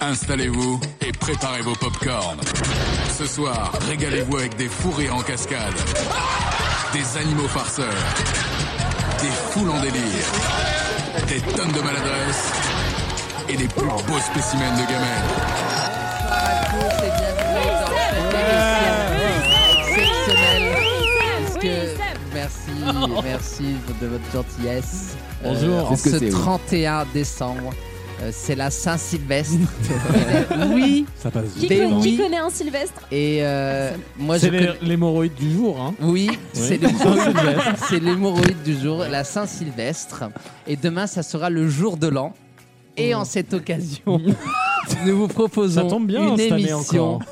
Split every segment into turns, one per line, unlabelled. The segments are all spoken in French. Installez-vous et préparez vos pop-corns. Ce soir, régalez-vous avec des fourrés en cascade, des animaux farceurs, des foules en délire, des tonnes de maladresse et des plus beaux spécimens de gamelles.
Merci, merci de votre gentillesse. Euh,
Bonjour. C'est
en
ce que
ce
c'est, oui.
31 décembre, euh, c'est la Saint-Sylvestre. oui.
Ça passe
Qui,
Ben
con- qui
oui.
connaît un Sylvestre
Et euh, moi, je
C'est les-
connais-
l'hémorroïde du jour, hein.
Oui, c'est l'hémorroïde-
Saint-Sylvestre.
c'est l'hémorroïde du jour, la Saint-Sylvestre. Et demain, ça sera le jour de l'an. Et en cette occasion, nous vous proposons
Oh. Ça tombe bien,
une
cette année
émission
encore.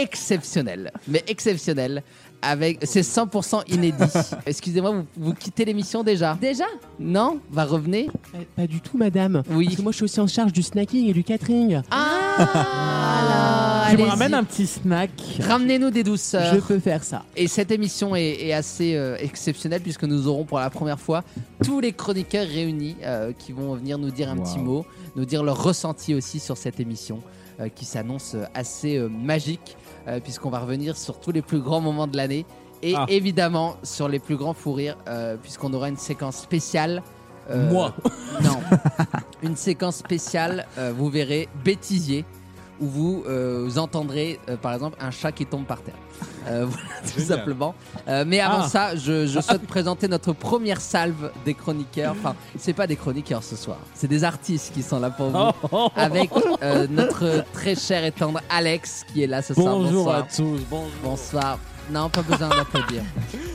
exceptionnelle, mais exceptionnelle. Avec, c'est 100% inédit. Excusez-moi, vous, vous quittez l'émission déjà
Déjà
Non Va revenez
Euh, Pas du tout, madame.
Oui.
Parce que moi, je suis aussi en charge du snacking et du catering.
Ah
Tu me
allez-y.
ramènes un petit snack.
Ramenez-nous des douceurs.
Je peux faire ça.
Et cette émission est, est assez euh, exceptionnelle puisque nous aurons pour la première fois tous les chroniqueurs réunis euh, qui vont venir nous dire un
Wow.
petit mot, nous dire leur ressenti aussi sur cette émission euh, qui s'annonce euh, assez euh, magique euh, puisqu'on va revenir sur tous les plus grands moments de l'année et
Ah.
évidemment sur les plus grands fous rires euh, puisqu'on aura une séquence spéciale. euh,
Moi.
Non. une séquence spéciale, euh, vous verrez, bêtisier où vous, euh, vous entendrez euh, par exemple un chat qui tombe par terre. Euh, voilà, tout
Génial.
simplement. Euh, mais avant
Ah.
ça, je, je souhaite présenter notre première salve des chroniqueurs. Enfin, c'est pas des chroniqueurs ce soir, c'est des artistes qui sont là pour vous.
Oh, oh, oh.
Avec euh, notre très cher et tendre Alex qui est là ce soir.
Bonjour à
bonsoir.
tous. Bonjour.
Bonsoir. Non, pas besoin d'applaudir.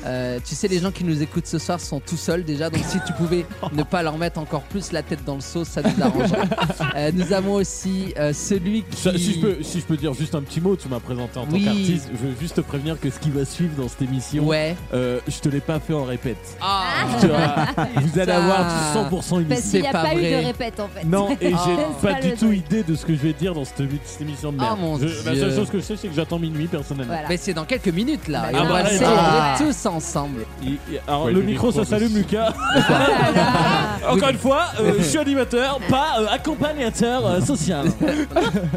Euh, tu sais, les gens qui nous écoutent ce soir sont tout seuls déjà, donc si tu pouvais ne pas leur mettre encore plus la tête dans le seau, ça nous arrangerait. Euh, nous avons aussi euh, celui qui.
Ça, si, je peux, si je peux dire juste un petit mot, tu m'as présenté en tant
Oui.
qu'artiste. Je veux juste te prévenir que ce qui va suivre dans cette émission,
Ouais.
euh, je te l'ai pas fait en répète.
Ah.
Tu vois, vous allez
Putain.
avoir du 100%
Parce
inédit.
C'est
qu'il n'y a
pas
pas, eu
vrai.
de répète en fait.
Non, et j'ai
Ah.
pas
C'est
du
pas
tout
le
idée de ce que je vais dire dans cette, cette émission de merde.
Ah, mon
Je- La seule
Dieu.
chose que je sais, c'est que j'attends minuit personnellement.
Voilà.
Mais c'est dans quelques minutes là.
Bah,
Et on
ah,
va
bah,
le
oui.
célébrer
Ah.
tous ensemble.
Et- et- alors,
Ouais,
le
le
micro,
micro
ça s'allume,
aussi.
Lucas.
Ah,
Encore une fois, euh, je suis animateur, pas euh, accompagnateur euh, social.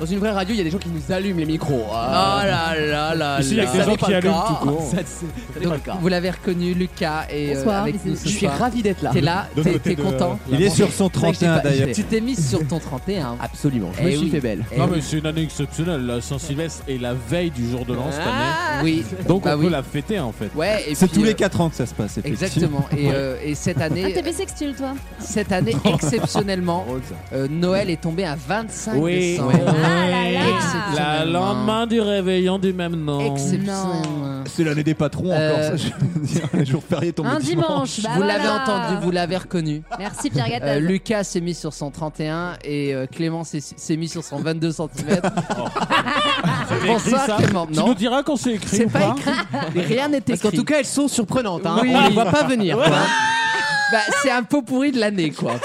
Dans une vraie radio, il y a des gens qui nous allument les micros.
Oh
Ah.
là là là
Ici, il y a
là.
que des gens qui
le
allument
cas.
tout court.
Ça, c'est- ça n'est
Donc,
pas le cas.
vous l'avez reconnu, Lucas, et euh,
Bonsoir,
avec
mais
nous
c'est-
ce
Je suis
soir.
ravi d'être là.
T'es là,
De
t'es
côté
t'es
de-
content.
Il est sur son
vrai que j'ai
31
pas-
d'ailleurs.
Tu t'es mis sur ton 31.
Ah,
Absolument. Je
Eh
me suis
oui.
fait belle.
Eh
Non,
oui.
mais c'est une année exceptionnelle. La Saint-Sylvestre est la veille du jour de l'an cette année.
Oui.
Donc,
Bah
on
oui.
peut la fêter en fait.
Ouais. et
C'est
puis,
tous
euh,
les 4 ans que ça se passe, effectivement.
Exactement. Et, euh, et cette
Ah, t'es
année,
bisextile toi
cette année exceptionnellement,
Drôle, ça.
euh, Noël est tombé à 25
Oui.
décembre.
Ah là là.
Exceptionnellement.
La lendemain du réveillon du même nom.
Exceptionnellement.
C'est l'année des patrons encore,
Euh,
ça, je veux dire. Les jours fériés tombent
Un
le
dimanche, bah
vous l'avez
voilà.
entendu, vous l'avez reconnu.
Merci Pierre
Euh,
Gattaz.
Lucas s'est mis sur son 31 et euh, Clément s'est- s'est mis sur son 22 cm.
Écris
Bonsoir
hein.
ça.
Clément.
Tu nous
Non,
diras quand c'est écrit.
c'est
ou
pas écrit. Rien n'est écrit.
Parce qu'en tout cas, elles sont surprenantes. Hein.
Oui.
On les voit pas venir. quoi.
Bah, c'est un pot pourri de l'année, quoi.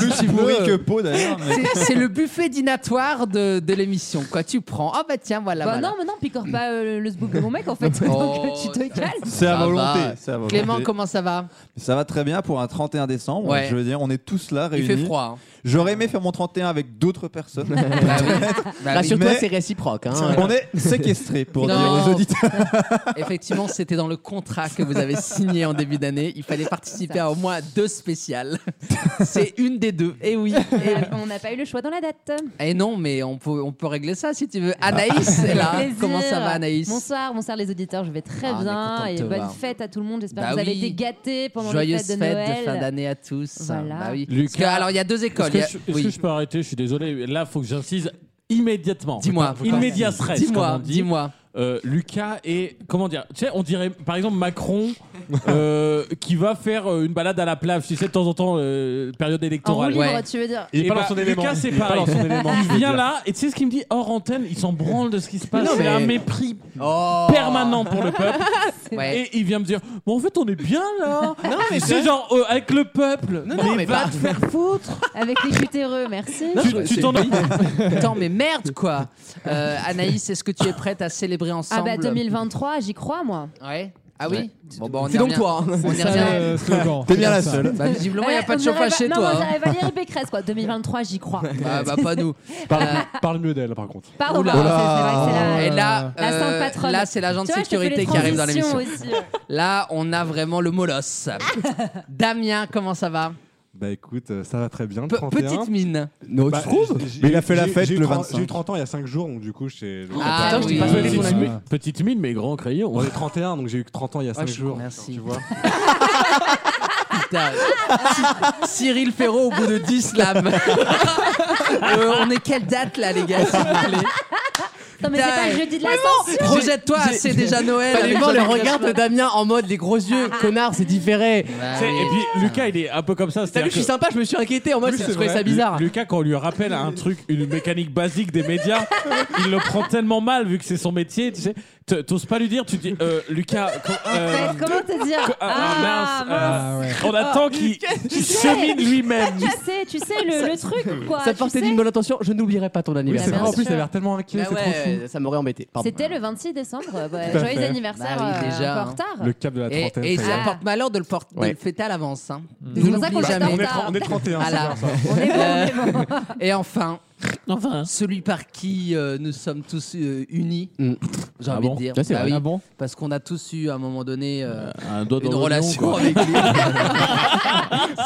Plus pourri que peau d'ailleurs. mais-
C'est- C'est le buffet dînatoire de, de l'émission, quoi. Tu prends. Ah bah tiens, voilà.
Bah
voilà.
non, mais non, picore pas euh, le zboub de mon mec en fait. Donc
Oh.
tu te calmes.
C'est à
Ça
volonté.
va.
c'est à volonté.
Clément, comment ça va
Ça va très bien pour un 31 décembre.
Ouais.
Je veux dire, on est tous là
Il
réunis.
fait froid. hein.
J'aurais aimé faire mon 31 avec d'autres personnes.
Bah oui. Bah oui.
Rassure-toi,
Mais-
c'est réciproque. hein.
on est séquestrés pour
Non.
dire aux auditeurs.
Effectivement, c'était dans le contrat que vous avez signé en début d'année. Il fallait participer à au moins deux spéciales. C'est une des deux. Et oui.
Et, euh, On n'a pas eu le choix dans la date.
Et non, mais on peut, on peut régler ça si tu veux. Anaïs est là.
Ah. Plaisir.
Comment ça va, Anaïs
Bonsoir, bonsoir les auditeurs, je vais très
Ah, on est content
bien
de
et
te
bonne
voir.
fête à tout le monde. J'espère
Bah
que vous avez
oui.
été gâtés pendant
Joyeuse
les fêtes de Noël.
fin d'année à tous.
Voilà.
Bah oui.
Lucas,
Parce que, alors, il y a deux
Est-ce
écoles.
que,
Il y a-
je, est-ce
oui.
que je peux arrêter Je suis désolé. Là, faut que j'insiste immédiatement.
Dis-moi.
Immédiat stress. comme
Dis-moi,
on dit.
dis-moi.
Euh, Lucas et comment dire Tu sais, on dirait par exemple Macron euh, qui va faire euh, une balade à la plage. Tu sais, de temps en temps, euh, période
En roue
électorale.
libre,
Ouais.
tu veux dire
Et bah, Lucas, c'est pareil. Il vient là et tu sais ce qu'il me dit hors antenne, il s'en branle de ce qui se passe.
Non,
C'est
mais-
un mépris Oh. permanent pour le
Oh.
peuple.
Ouais.
Et il vient me dire Bon, en fait, on est bien là.
Non, mais
C'est genre euh, avec le peuple.
Non, non, mais
va
pas-
te faire foutre.
avec les cutéreux, merci.
Tu- Tu t'en
Attends, mais merde, quoi. Euh, Anaïs, est-ce que tu es prête à célébrer
Ah
ensemble
bah 2023, j'y crois moi.
Ouais. Ah oui
Ouais.
Bon, bah, on y
C'est donc
revient.
toi. hein.
On y
C'est ça
Euh,
revient.
le slogan.
T'es bien la
C'est ça.
seule.
Bah, visiblement, il n'y a
Ouais,
pas de
on
chauffage
arrive-
chez
non,
toi.
moi,
hein.
j'arrive- Valérie Pécresse, quoi. 2023, j'y crois.
Ah, bah, pas nous.
Parle, parle mieux d'elle, par contre.
Pardon,
Oula.
pardon, c'est- c'est vrai que c'est
Et
la...
là,
La sainte
euh,
patronne.
là, c'est l'agent de
Tu vois, je te fais
sécurité
les
qui arrive dans
transitions
l'émission.
aussi, ouais.
Là, on a vraiment le molosse. Damien, comment ça va
Bah écoute, euh, ça va très bien. le
Pe-
31.
Petite mine.
No,
Bah,
tu trouves
j'ai- j'ai-
Mais il a fait la
j'ai-
fête
j'ai eu
le
30
25.
J'ai eu 30 ans il y a 5 jours, donc du coup, j'étais.
Ah,
Putain, je t'ai
oui.
pas donné
Petite
mon avis.
mine- Petite mine, mais grand crayon.
On est 31, donc j'ai eu 30 ans il y a 5
ah, je-
jours.
merci.
Tu vois
Putain. Cyril Ferraud au bout de 10 lames. Euh, on est quelle date là, les gars s'il vous plaît
Non, mais c'est pas le jeudi de la censure.
Projette-toi,
j'ai-
c'est déjà Noël.
Fallait
avec Ah,
voir le
Jean-Pierre
regard de
Gaspard.
Damien en mode les gros yeux, connard, c'est différé.
Bah
Tu sais,
oui.
Et puis Lucas, il est un peu comme ça.
T'as vu,
c'est-à-dire
je suis
que-
sympa, je me suis inquiété en mode
Oui,
je
c'est
trouvais
vrai.
ça bizarre.
Lu- Lucas, quand on lui rappelle un truc, une mécanique basique des médias, il le prend tellement mal vu que c'est son métier. Tu sais, T- t'oses pas lui dire. Tu dis, euh, Lucas, quand- euh,
Mais Comment te dire
ah,
Bah,
mince, euh,
Ah ouais.
on attend qu'il qu'il chemine lui-même.
Tu sais, tu sais le, le truc,
Bah,
quoi.
Ça
tu
portait
sais.
d'une bonne intention, je n'oublierai pas ton
Oui,
bah,
c'est
anniversaire.
vrai,
bien
en plus,
Ah
sûr.
il a l'air tellement inquiet,
Bah
c'est trop
ouais, ça m'aurait embêté. Pardon.
C'était le 26 décembre. bah,
à
joyeux
fait.
anniversaire.
Bah oui,
euh,
déjà,
un peu
hein.
en retard.
fou. Le cap de la
Et,
trentaine.
et
ça y
ça
est.
Ah.
porte malheur de le, porte- de
Ouais.
le fêter à l'avance. Hein.
C'est pour ça qu'on
N'oublie
le
jamais.
porte
on, est
en
tren-
retard.
on est
hein,
31,
Ah
c'est
là.
bien ça.
On est bon,
Euh,
on est bon.
Et enfin,
Enfin.
celui par qui euh, nous sommes tous euh, unis,
Mm.
j'ai
Ah
envie
bon
de dire.
Là, c'est
Bah
vrai.
oui,
Ah bon
parce qu'on a tous eu à un moment donné euh,
Un doigt dans
une
l'oignon,
relation
quoi.
avec lui.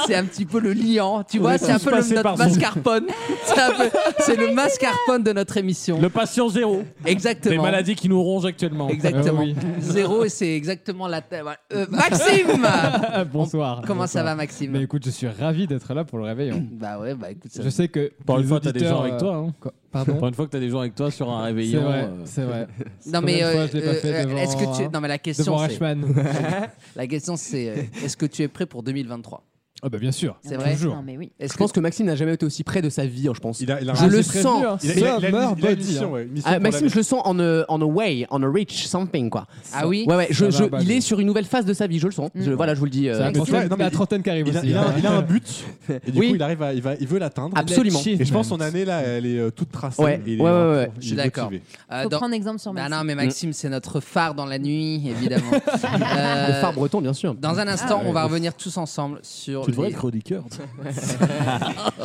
c'est un petit peu le liant, tu
On
vois,
est
c'est un
tous
peu le,
passés
notre
par son-
mascarpone. C'est un peu- C'est le mascarpone de notre émission.
Le patient zéro.
Exactement.
Des maladies qui nous rongent actuellement.
Exactement.
Ah oui.
Zéro et c'est exactement la thème. Euh, Maxime
Ah, Bonsoir.
Comment ça
Bonsoir.
va Maxime
Mais écoute, je suis ravi d'être là pour le réveillon.
Bah ouais, bah écoute, ça-
Je sais que.
Pour
les
une fois, t'as des
auditeurs,
gens avec
euh,
toi. hein.
quoi- Pardon
Pour une fois que t'as des gens avec toi sur un
C'est
réveillon.
vrai,
euh,
c'est vrai. Combien
Non mais
de
euh,
fois je l'ai pas fait
euh,
devant,
est-ce que tu
hein,
non mais la question
Devant
c'est
Rashman.
la question c'est euh, est-ce que tu es prêt pour 2023
Ah bah bien sûr.
C'est vrai
Toujours.
Non, mais oui.
Est-ce
Je pense que Maxime n'a jamais été aussi près de sa vie, hein, je pense.
Il a, il a
Je
un-
le
C'est prévenu,
sens.
hein.
il a- il a- il a- il a-
Summer
il a une
body,
mission,
hein.
ouais, une mission
Ah,
pour
Maxime,
la-
je le sens on a, on a way, on a reach, something quoi.
ah oui
Ouais, ouais, je,
Ça
je-
va, bah,
il
je-
est sur une nouvelle phase de sa vie, je le sens. Je-
Mm.
voilà, je vous le dis. euh,
C'est la
tu vois,
trentaine-
non, mais
la
il-
trentaine qui arrive
il a,
aussi.
il a-
hein.
il a un but, et du
Oui.
coup, il, arrive à, il, va, il veut l'atteindre.
Absolument.
Achievement.
Et je pense son année là, elle est euh, toute tracée.
Ouais,
et il est
ouais, ouais,
vraiment-
ouais.
il est
Je suis d'accord.
motivé.
Euh,
Faut
dans-
prendre exemple sur
Bah
Maxime.
non mais Maxime c'est notre phare dans la nuit évidemment.
Le
Euh,
phare breton, bien sûr.
Dans un instant,
Ah ouais.
on va revenir tous ensemble sur
Tu devrais
les-
être chroniqueur.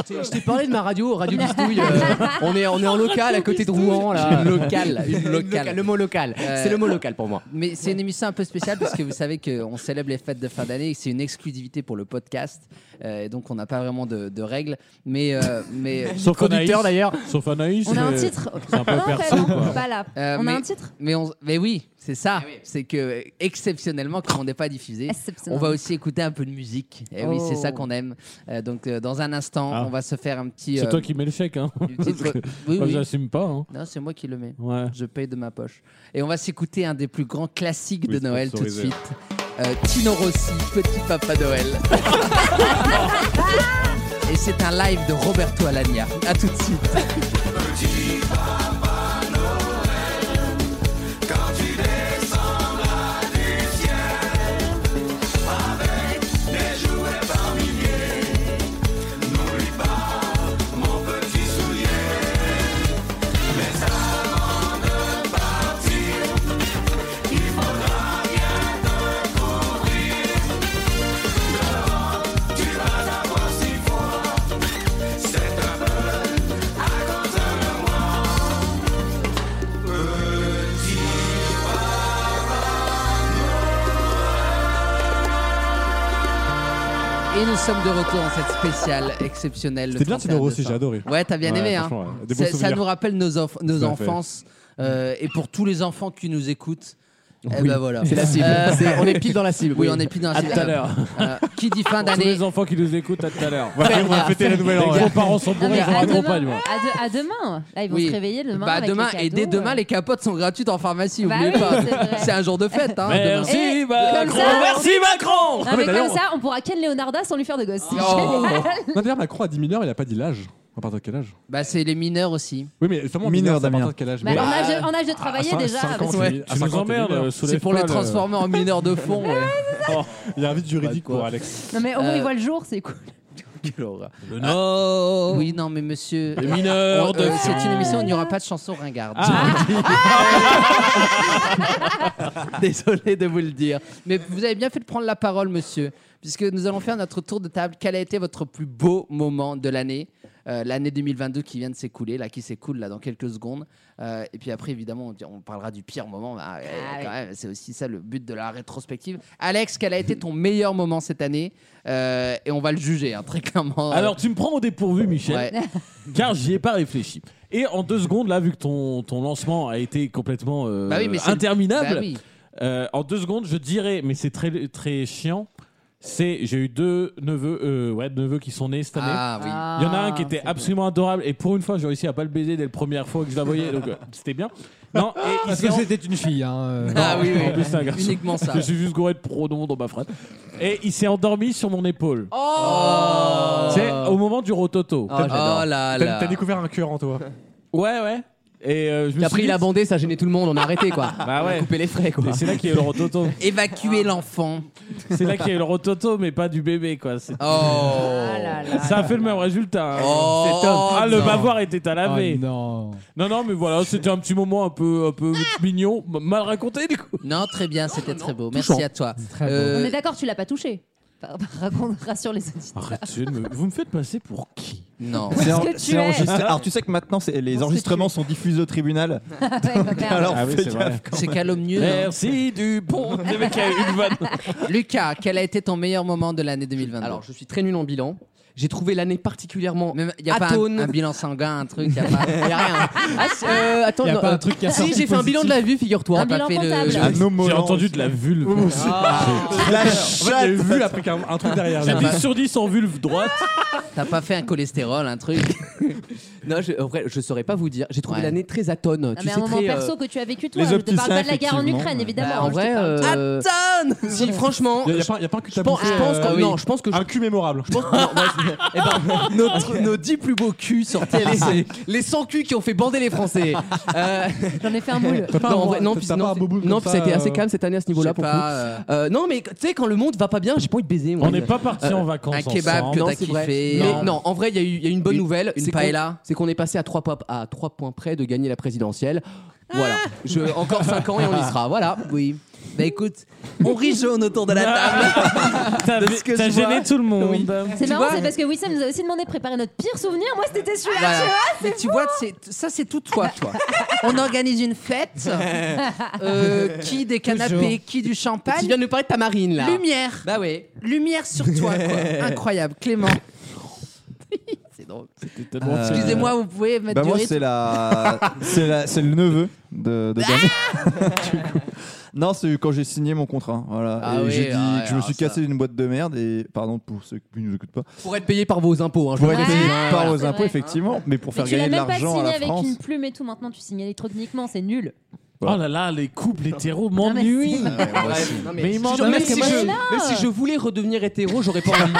Je t'ai parlé de ma radio, Radio Bistouille. euh, on, est, on est en local à côté de Rouen. Là.
Une locale, une
Une
locale.
Le mot local.
Euh,
C'est le mot local pour moi.
Mais c'est une émission un peu spéciale parce que vous savez qu'on célèbre les fêtes de fin d'année et que c'est une exclusivité pour le podcast. Euh, et donc on n'a pas vraiment de, de règles. Mais, euh, mais,
Sauf Anaïs.
Producteur d'ailleurs.
Sauf Anaïs.
On a un
euh,
titre.
C'est un peu
Non,
perso,
vraiment,
quoi.
pas là.
Euh,
On a
mais-
un titre
mais, on- mais oui, c'est ça.
Ah
C'est que exceptionnellement, comme on n'est pas diffusé, on
Exceptionnel.
va aussi écouter un peu de musique. Et oui, c'est
Ah, Oh.
ça qu'on aime. Euh, donc euh, dans un instant,
Ah.
on va se faire un petit.
C'est
euh,
toi qui mets le chèque. Hein.
une petite-
Parce que-
Oui,
Moi,
oui.
J'assume pas. hein.
Non, c'est moi qui le mets.
Ouais.
Je paye de ma poche. Et on va s'écouter un des plus grands classiques de
Oui,
Noël tout de
sponsorisé.
suite. Euh, Tino Rossi, Petit Papa Noël. Et c'est un live de Roberto Alagna. A tout de suite. Et nous sommes de retour dans cette spéciale exceptionnelle. le
C'était bien
31
Tino Rossi, j'ai
décembre.
adoré.
Ouais, t'as bien
Ouais,
aimé. Hein.
franchement, ouais. Des beaux
C'est- Ça
souvenirs.
nous rappelle nos, enf- nos
Tout à fait.
enfances. euh, et pour tous les enfants qui nous écoutent, eh
Oui.
ben voilà.
C'est la cible.
Euh,
C'est- on est pile dans la cible.
oui, on est plus dans la
À tout à l'heure.
Euh, qui dit fin
Tous
d'année
les enfants qui nous écoutent à tout à l'heure.
On va faire- on va fêter la
Les
nouvelle an. hein.
gros parents sont
Non,
bourrés,
mais
je vous
à,
accompagne.
demain,
moi.
à, de- à demain. Là, ils vont
Oui.
se réveiller demain.
Bah,
avec
demain
les
et dès
cadeaux,
demain,
euh.
les capotes sont gratuites en pharmacie.
Bah
oubliez
oui,
pas.
c'est vrai.
C'est un jour de fête. Hein, demain.
Merci
Eh,
Macron.
comme ça-
Merci Macron.
Non, mais
d'ailleurs,
comme ça, on pourra Ken Leonarda sans lui faire de gosse.
Oh.
Non, D'ailleurs, Macron a dit mineur, il a pas dit l'âge. À partir de quel âge
Bah, c'est les mineurs aussi.
Oui, mais seulement
Mineur,
mineur, c'est à
Damien.
partir de quel âge
Bah,
Mais-
en, âge, de- en âge de travailler
Ah,
déjà.
cinq-
parce
cinquante,
que-
Ouais.
oui. À
Tu nous
50,
emmerdes.
t'es mineur.
euh,
C'est
soulève
pour les
pas le-
transformer en mineurs de fond. ouais.
Il y a un vide juridique
Bah, quoi.
pour Alex.
Non, mais au
Euh,
moins, ils voient le jour, c'est cool.
Quelle horreur. Oh oui, non, mais monsieur.
Le mineur
Euh,
de
c'est une émission où il n'y aura pas de chansons ringardes. Désolé de vous le dire. Mais vous avez bien fait de prendre la parole, monsieur, puisque nous allons faire notre tour de table. Quel a été votre plus beau moment de l'année Euh, L'année 2022 qui vient de s'écouler, là, qui s'écoule là dans quelques secondes. Euh, et puis après, évidemment, on, dira- on parlera du pire moment. bah, euh,
Ah
quand même, c'est aussi ça le but de la rétrospective. Alex, quel a été ton meilleur moment cette année Euh, Et on va le juger, hein, très clairement.
Ah. Alors tu me prends au dépourvu, Michel,
Ouais.
car j'y ai pas réfléchi. Et en deux secondes, là, vu que ton, ton lancement a été complètement euh,
Bah oui, mais c'est-
interminable,
Bah oui.
euh, en deux secondes, je dirais, mais c'est très, très chiant, c'est j'ai eu deux neveux, euh, ouais, neveux qui sont nés cette année.
Ah oui.
Il y en a un qui était absolument adorable et pour une fois j'ai réussi à pas le baiser dès la première fois que je la voyais donc euh, c'était bien. Non, et il
Parce
s'est
que
en-
c'était une fille. Hein, euh,
Ah oui, oui.
en plus, c'est un garçon.
Uniquement ça.
Je suis juste gouré de pronoms dans ma phrase. Et il s'est endormi sur mon épaule.
Oh
C'est au moment du rototo.
Oh, là
T'as
là.
t'as découvert un cœur en toi.
Ouais, ouais. Et euh, je me
Puis
suis
après,
dit-
il a bandé, ça gênait tout le monde, on a arrêté quoi.
Bah ouais.
Couper les frais quoi.
Et C'est là qu'il y a eu le rototo.
Évacuer l'enfant.
C'est là qu'il y a eu le rototo, mais pas du bébé, quoi. C'est-
Oh.
Ah là là.
Ça a fait le même résultat. hein.
Oh,
C'est top. Ah, le
non.
bavoir était à
Oh
laver.
non.
non. non, mais voilà, c'était un petit moment un peu, un peu mignon, m- mal raconté du coup.
Non, très bien, c'était très beau. Merci à toi.
très
Euh,
On est d'accord, tu l'as pas touché. Par- par- raconte- Rassure les auditeurs.
Arrêtez, de me- vous me faites passer pour qui
non.
C'est en-
que tu
c'est
es.
enregistré. Alors tu sais que maintenant c'est- les enregistrements sont diffusés au tribunal.
Ah ouais, bah merde.
Alors
Ah oui,
fais
c'est
gaffe.
vrai.
C'est
Eh
calomnieux. hein.
Merci du pont. Le mec a eu une vanne.
Lucas, quel a été ton meilleur moment de l'année 2022
Alors, je suis très nul en bilan. J'ai trouvé l'année particulièrement.
il n'y a pas un,
Atone.
un bilan sanguin, un truc, y a pas-
Il y a rien. Ah, si, euh, attends,
Il a
non,
pas
euh,
un truc qui a
Si,
sorti
j'ai fait un bilan de la vue, figure-toi.
Un bilan
fait le-
comptable.
Ah,
Un homme
J'ai
lent.
entendu de la vulve.
La
En fait, il y a eu
chatte.
vu après qu'un- un truc derrière.
J'ai
là.
10 sur 10 en vulve droite.
T'as pas fait un cholestérol, un truc.
Non, je, en vrai, je saurais pas vous dire. J'ai trouvé
Ouais.
l'année très atone.
Non,
tu
mais
sais,
un moment
très, euh,
perso que tu as vécu toi.
les
Je te
opticiens,
parle pas de la guerre en
effectivement.
Ukraine,
bah,
évidemment. hein,
en
je te
vrai,
parle- Ah,
euh,
Atone
si franchement,
Il n'y a,
je
pas- il y a pas euh, un cul
je pense, je pense
ah
que,
oui.
non, je pense que je
Un cul mémorable.
Je pense que- non, ouais, je- eh ben, nos, nos 10 plus beaux culs sortaient
Ah,
les, les 100 culs qui ont fait bander les Français. Euh,
J'en ai fait un moule.
T'as pas
non,
un-
en vrai, non,
t'as
puis-
pas
non,
un bobo comme
non,
ça,
puis ça a été
euh,
assez calme cette année à ce niveau-là
Je sais
pour le coup.
pas, euh,
Euh, non, mais tu sais, quand le monde va pas bien, j'ai pas envie de baiser. moi.
On n'est pas parti en vacances.
Euh, un kebab
ensemble.
que
Non,
t'as
c'est vrai.
kiffé.
Mais non, en vrai, il y, a eu- il y a eu une bonne
Une-
nouvelle.
une
c'est qu'on-
paella.
C'est qu'on est passé à 3 à trois points près de gagner la présidentielle. Voilà. Je, encore 5 ans et on y sera. Voilà. Ah. Ah. Oui.
Bah écoute, on rit jaune autour de la table.
T'as
de ce que
t'as
je
gêné
vois.
tout le monde.
C'est
Tu
marrant,
vois
c'est parce que Wissam nous a aussi demandé de préparer notre pire souvenir. Moi, c'était celui-là.
Voilà.
tu vois.
Mais tu vois, c'est- ça c'est tout toi, toi. On organise une fête. euh, qui des canapés,
Toujours.
qui du
Tu
champagne.
viens de nous parler de ta marine là.
Lumière.
Bah ouais.
Lumière sur toi, quoi. Incroyable, Clément. c'est drôle.
Euh,
Excusez-moi, vous pouvez mettre
Bah
du
moi
rythme.
c'est la, c'est la- c'est le neveu de, de Dan.
Ah
Du coup. Non, c'est quand j'ai signé mon contrat. Voilà.
Ah
Et
oui,
j'ai dit
ah ouais,
que je me suis
alors ça.
cassé d'une boîte de merde et pardon pour ceux qui ne nous écoutent pas.
Pour être payé par vos impôts. hein, je
Pour
vous
être
Ouais,
payé par
voilà,
aux
c'est
impôts
vrai.
effectivement, mais pour
Mais
faire
tu l'as
gagner de
même pas
l'argent à
signé
la
avec
France.
une plume et tout. Maintenant, tu signes électroniquement, c'est nul.
Oh là là, les couples hétéros
Non, mais
m'ennuient.
c'est-
Non, mais,
Mais il
je te
m'en
jure,
donne
même,
que
si
moi,
je,
je-
même si je voulais redevenir hétéro, j'aurais pas envie.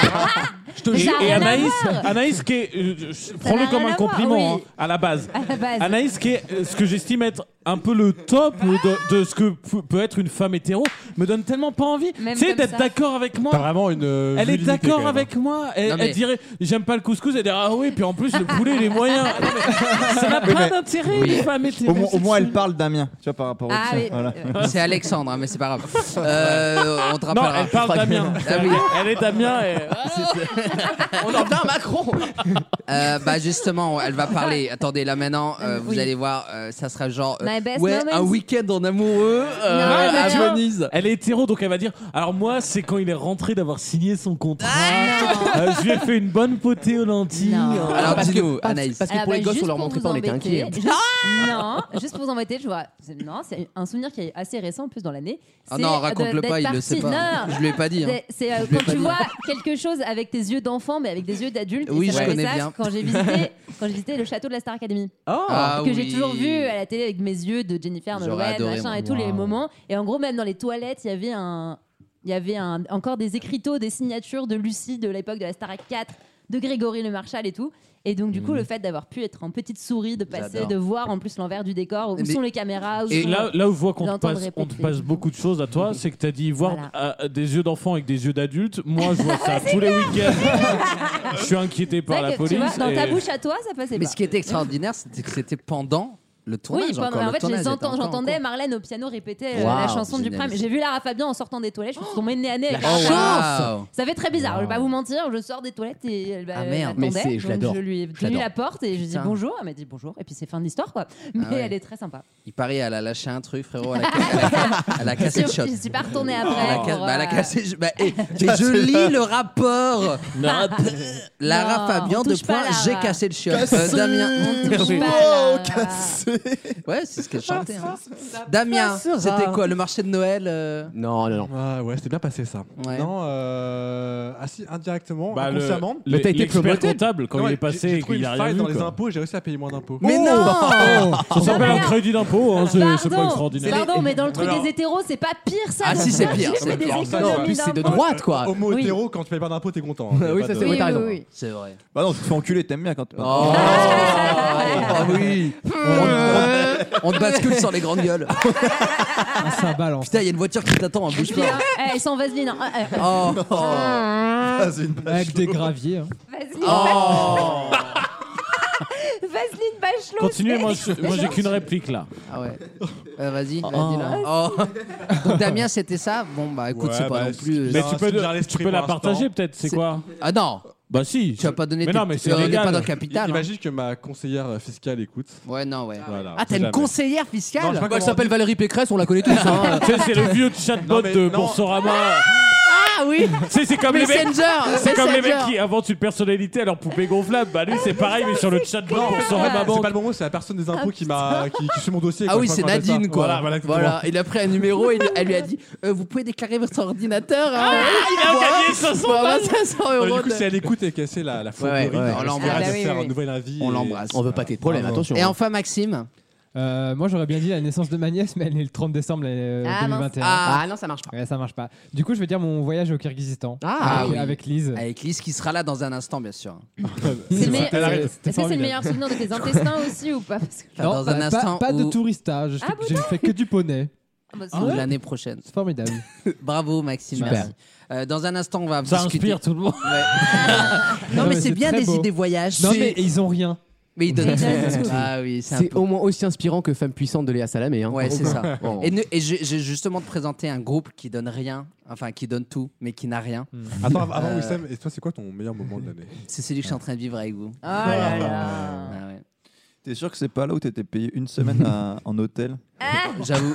je te
Mais
jure.
ça-
Et
rien à
Anaïs,
voir.
Anaïs qui est, euh, je- prends-le
n'a
comme
rien
un
à voir,
compliment
oui.
hein, à la base.
À la base.
Anaïs qui est euh, ce que j'estime être un peu le top de, de ce que p- peut être une femme hétéro me donne tellement pas envie.
Même
Tu sais
comme
d'être
ça.
d'accord avec
T'as
moi.
vraiment une. euh,
Elle est
virilité, quand
d'accord
même.
avec moi.
Non,
Elle,
mais-
elle dirait j'aime pas le couscous. Elle dirait ah oui. Puis en plus le poulet il est moyen. Non, mais Ça n'a pas d'intérêt une femme hétéro.
Au, moins- au moins elle parle d'Amiens, tu vois par rapport au
Ah
tien.
oui.
Voilà.
euh,
C'est Alexandre, hein, mais c'est pas grave. Euh, on te
Non,
rappellera.
elle parle d'Amiens.
Ah oui.
Elle est d'Amiens. Et...
On en vient à Macron.
Euh, bah justement, elle va parler. Attendez, là maintenant, euh, vous
Oui.
allez voir, euh, ça sera genre euh,
My best
ouais,
moments.
un week-end en amoureux euh,
Non, mais
à
tu vois-
Venise.
Elle est hétéro, donc elle va dire Alors, moi, c'est quand il est rentré d'avoir signé son contrat. Euh, je lui ai fait une bonne potée aux lentilles.
Ah, Non.
Euh,
Alors
parce que-
dis-nous,
parce-
Anaïs. Ah
parce- que
Alors,
pour les
bah,
gosses,
juste
on leur
pour
montrait
vous
pas, on était
embêter,
inquiets. hein.
juste- Non, juste pour vous embêter, je vois. C'est- Non, c'est un souvenir qui est assez récent en plus dans l'année.
Ah
C'est
non,
de-
raconte-le
d'être
pas, il le sait
parti-
pas.
Non,
Je lui ai pas dit. hein.
C'est- C'est euh,
Je l'ai
quand
pas
tu
dit.
vois quelque chose avec tes yeux d'enfant, mais avec des yeux d'adulte.
Oui,
et
je
ça me fait
connais
ça
bien.
Quand j'ai visité, quand j'ai visité le château de la Star Academy,
Ah
que
oui.
j'ai toujours vu à la télé avec mes yeux de Jennifer
J'aurais
Nolwenn,
adoré,
machin,
moi.
et tous les
Waouh.
moments. Et en gros, même dans les toilettes, il y avait un, il y avait un, encore des écriteaux, des signatures de Lucie de l'époque de la Star 4 de Grégory Le Marchal et tout. Et donc, du coup, le fait d'avoir pu être en petite souris, de passer,
Mhm. J'adore.
de voir en plus l'envers du décor, où
Mais-
sont les caméras, où
Et
sont-
là, là où je vois qu'on te
D'entendre
passe, on te
répéter.
passe beaucoup de choses à toi, c'est que t'as dit voir
Voilà.
à- à des yeux d'enfant avec des yeux d'adulte. Moi, je vois ça tous les week-ends. je suis inquiété
C'est
par
vrai
la
que, tu
police.
vois, dans ta
et-
bouche à toi, ça passait
Mais
pas.
ce qui était extraordinaire, c'était que c'était pendant le tournage.
Oui, pendant-
encore.
en
Le
fait, je les
tournage était
entends-
encore en
j'entendais
cours.
Marlène au piano répéter euh,
Waouh,
la chanson du
génial.
prime. J'ai vu Lara Fabian en sortant des toilettes, je me suis tombée nez à nez. avec
Oh,
la chanson.
waouh.
Ça fait très bizarre, je vais pas vous mentir, je sors des toilettes et elle bah,
Ah,
elle
merde,
m'attendait,
mais c'est- je
donc
l'adore,
Je lui ai
je
tenu
l'adore.
la porte et je lui ai dit
Putain. Ah
bonjour, elle m'a dit bonjour et puis c'est fin de l'histoire quoi. Mais
ouais.
elle est très sympa.
Il paraît, elle a lâché un truc, frérot. Elle a, elle a- elle a
Je
cassé le shot.
je suis pas retournée
Elle
après.
a, ca-
pour,
bah, elle a
euh,
cassé. je- bah, eh, mais je lis le rapport.
Bah,
Lara
Non,
Fabian
on
de
touche pas
point.
à Lara.
J'ai cassé le shot. Euh, Damien.
On touche
Oui.
pas à
Wow,
la-
cassé
Ouais, c'est ce qu'elle chantait. hein. Damien, c'était quoi le marché de Noël euh,
Non, non, non.
Ah ouais, c'était bien passé ça.
Ouais.
Non, euh... ah si, indirectement,
Bah, le-
inconsciemment.
le-
t'as été
l'expert
promoté.
comptable quand
Non,
il
j'ai-
est passé
j'ai
et
trouvé
qu'il
une
a rien
faille
vu,
dans
quoi.
les impôts, et j'ai réussi à payer moins d'impôts.
Mais non
Ça s'appelle un
Pardon.
crédit d'impôt, hein, c'est c'est pas
Pardon,
extraordinaire.
Pardon, mais dans le truc
Alors-
des hétéros, c'est pas pire ça.
Ah
de
si, c'est
faire
pire,
des
c'est
économies
pire.
Non, en
plus, c'est de
d'impôts.
droite, quoi.
Homo
Oui.
hétéro, quand tu payes pas d'impôts, t'es content. hein.
oui,
Y a pas
ça, c'est
de-
vrai,
Oui,
t'as
oui,
raison.
oui.
C'est vrai.
Bah non, tu te fais enculer, t'aimes bien quand tu.
Oh, Ah oui On te bascule sur les grandes gueules.
Ah, ça balance.
Putain, il y a une voiture qui t'attend, hein, bouge
Puis,
pas.
hein, eh, sans vaseline. hein. Ah, ah,
Oh,
Ah, c'est une blague.
Avec des graviers. hein.
Vaseline,
oh.
Vaseline Bachelot.
Continuez,
c'est-
moi, je- moi, j'ai qu'une réplique là.
Ah ouais. Euh, vas-y, vas-y là. Oh. Donc Damien, c'était ça Bon bah écoute,
Ouais,
c'est pas
bah,
non plus.
c'est-
Mais
Non,
tu peux,
c'est déjà l'esprit
tu peux la
pour l'instant.
partager peut-être, c'est
C'est-
quoi
Ah non,
Bah si.
tu vas pas donner.
Mais
tes-
non, mais c'est
euh, on est
légal.
pas dans le
I-
capital. hein.
Imagine que ma conseillère fiscale écoute.
Ouais, non, ouais.
Voilà,
Ah,
on
t'as
sait
une
jamais.
conseillère
Non,
fiscale
je sais pas
Bah,
comment on dit.
Valérie Pécresse, on la connaît tous. hein.
Tu sais, c'est le vieux chatbot
Non, mais
de
non.
Boursorama.
ah oui
Tu sais, c'est comme les mecs.
Messenger
C'est comme les mecs
Messenger.
qui inventent une personnalité à leur poupée gonflable. Bah lui, c'est pareil, mais sur le chatbot Boursorama
C'est
Banque.
pas le bon mot, c'est la personne des impôts qui m'a qui, qui suit mon dossier.
Ah
quoi,
oui,
je sais
c'est
pas comment on appelle
Nadine
ça.
quoi.
Voilà, voilà, exactement.
Voilà, il a pris un numéro et elle lui a dit Euh, Vous pouvez déclarer votre ordinateur. hein.
Ah,
Il a
Pour avoir-
gagné 500
pour avoir
balles.
500
Non, mais
euros.
Bah, du coup,
de-
si elle écoute et qu'elle sait la, la
ouais, ouais, on l'embrasse.
Ah, bah oui, oui,
faire
oui.
un nouvel avis.
On
et-
l'embrasse.
On veut pas tes problèmes, attention.
Et
hein.
enfin, Maxime.
Euh, moi, j'aurais bien dit la naissance de ma nièce, mais elle est le 30 décembre euh,
Ah, mince.
2021.
Ah,
Ah non, ça marche pas.
Ouais, ça marche pas. Du coup, je vais dire mon voyage au Kyrgyzstan.
Ah,
avec,
oui.
avec Lise.
avec Lise qui sera là dans un instant, bien sûr.
C'est le meilleur-
C'était la-
Est-ce
c'était
que c'est le
formidable.
meilleur souvenir de tes intestins aussi ou pas Parce que-
Enfin,
Non,
dans
bah,
un instant
pas, pas de
où-
tourista. Je,
Ah,
fais, je fais que du poney.
Ah, bah, c'est-
ou l'année prochaine.
C'est formidable.
Bravo Maxime,
Super.
merci. Euh, dans un instant, on va
Ça
discuter.
inspire tout le monde.
Ouais.
Non,
non, mais
mais
c'est
c'est
bien
très
des
beau.
idées voyages.
non,
C'est-
mais ils ont rien.
mais il donne
C'est-
tout. Ah oui, c'est un
C'est
peu.
au moins aussi inspirant que Femme puissante de Léa Salamé. Hein.
Ouais, c'est ça.
Bon.
Et, ne- et je- j'ai justement te présenter un groupe qui donne rien, enfin qui donne tout, mais qui n'a rien.
Hmm.
Attends, av- avant
Euh,
Wissem, et toi, c'est quoi ton meilleur moment de l'année
C'est celui que je suis en train de vivre avec vous.
Oh là là.
Ah ouais.
T'es sûr que c'est pas là où t'étais payé une semaine à- en hôtel
Ah.
Ah.
J'avoue.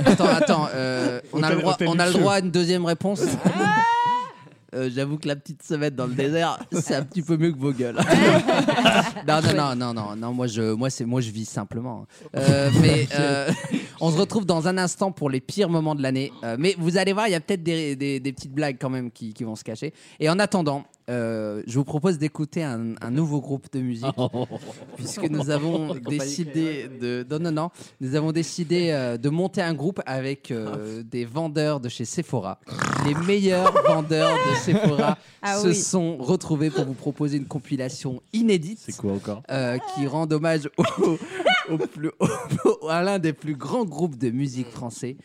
attends, attends. euh, on, a le droit, on a le droit à une deuxième réponse. Euh, J'avoue que la petite semaine dans le désert, c'est un petit peu mieux que vos gueules. non, non, non, non, non, non, moi je, moi c'est, moi je vis simplement. Euh, mais euh, on se retrouve dans un instant pour les pires moments de l'année. Euh, mais vous allez voir, il y a peut-être des, des- des petites blagues quand même qui, qui vont se cacher. Et en attendant, euh, je vous propose d'écouter un, un nouveau groupe de musique
Oh.
puisque nous avons décidé de non non non nous avons décidé euh, de monter un groupe avec
Ah.
euh, des vendeurs de chez Sephora les meilleurs vendeurs de Sephora
Ah
se
oui.
sont retrouvés pour vous proposer une compilation inédite
quoi encore
euh, qui rend hommage au, au plus- au- à l'un des plus grands groupes de musique français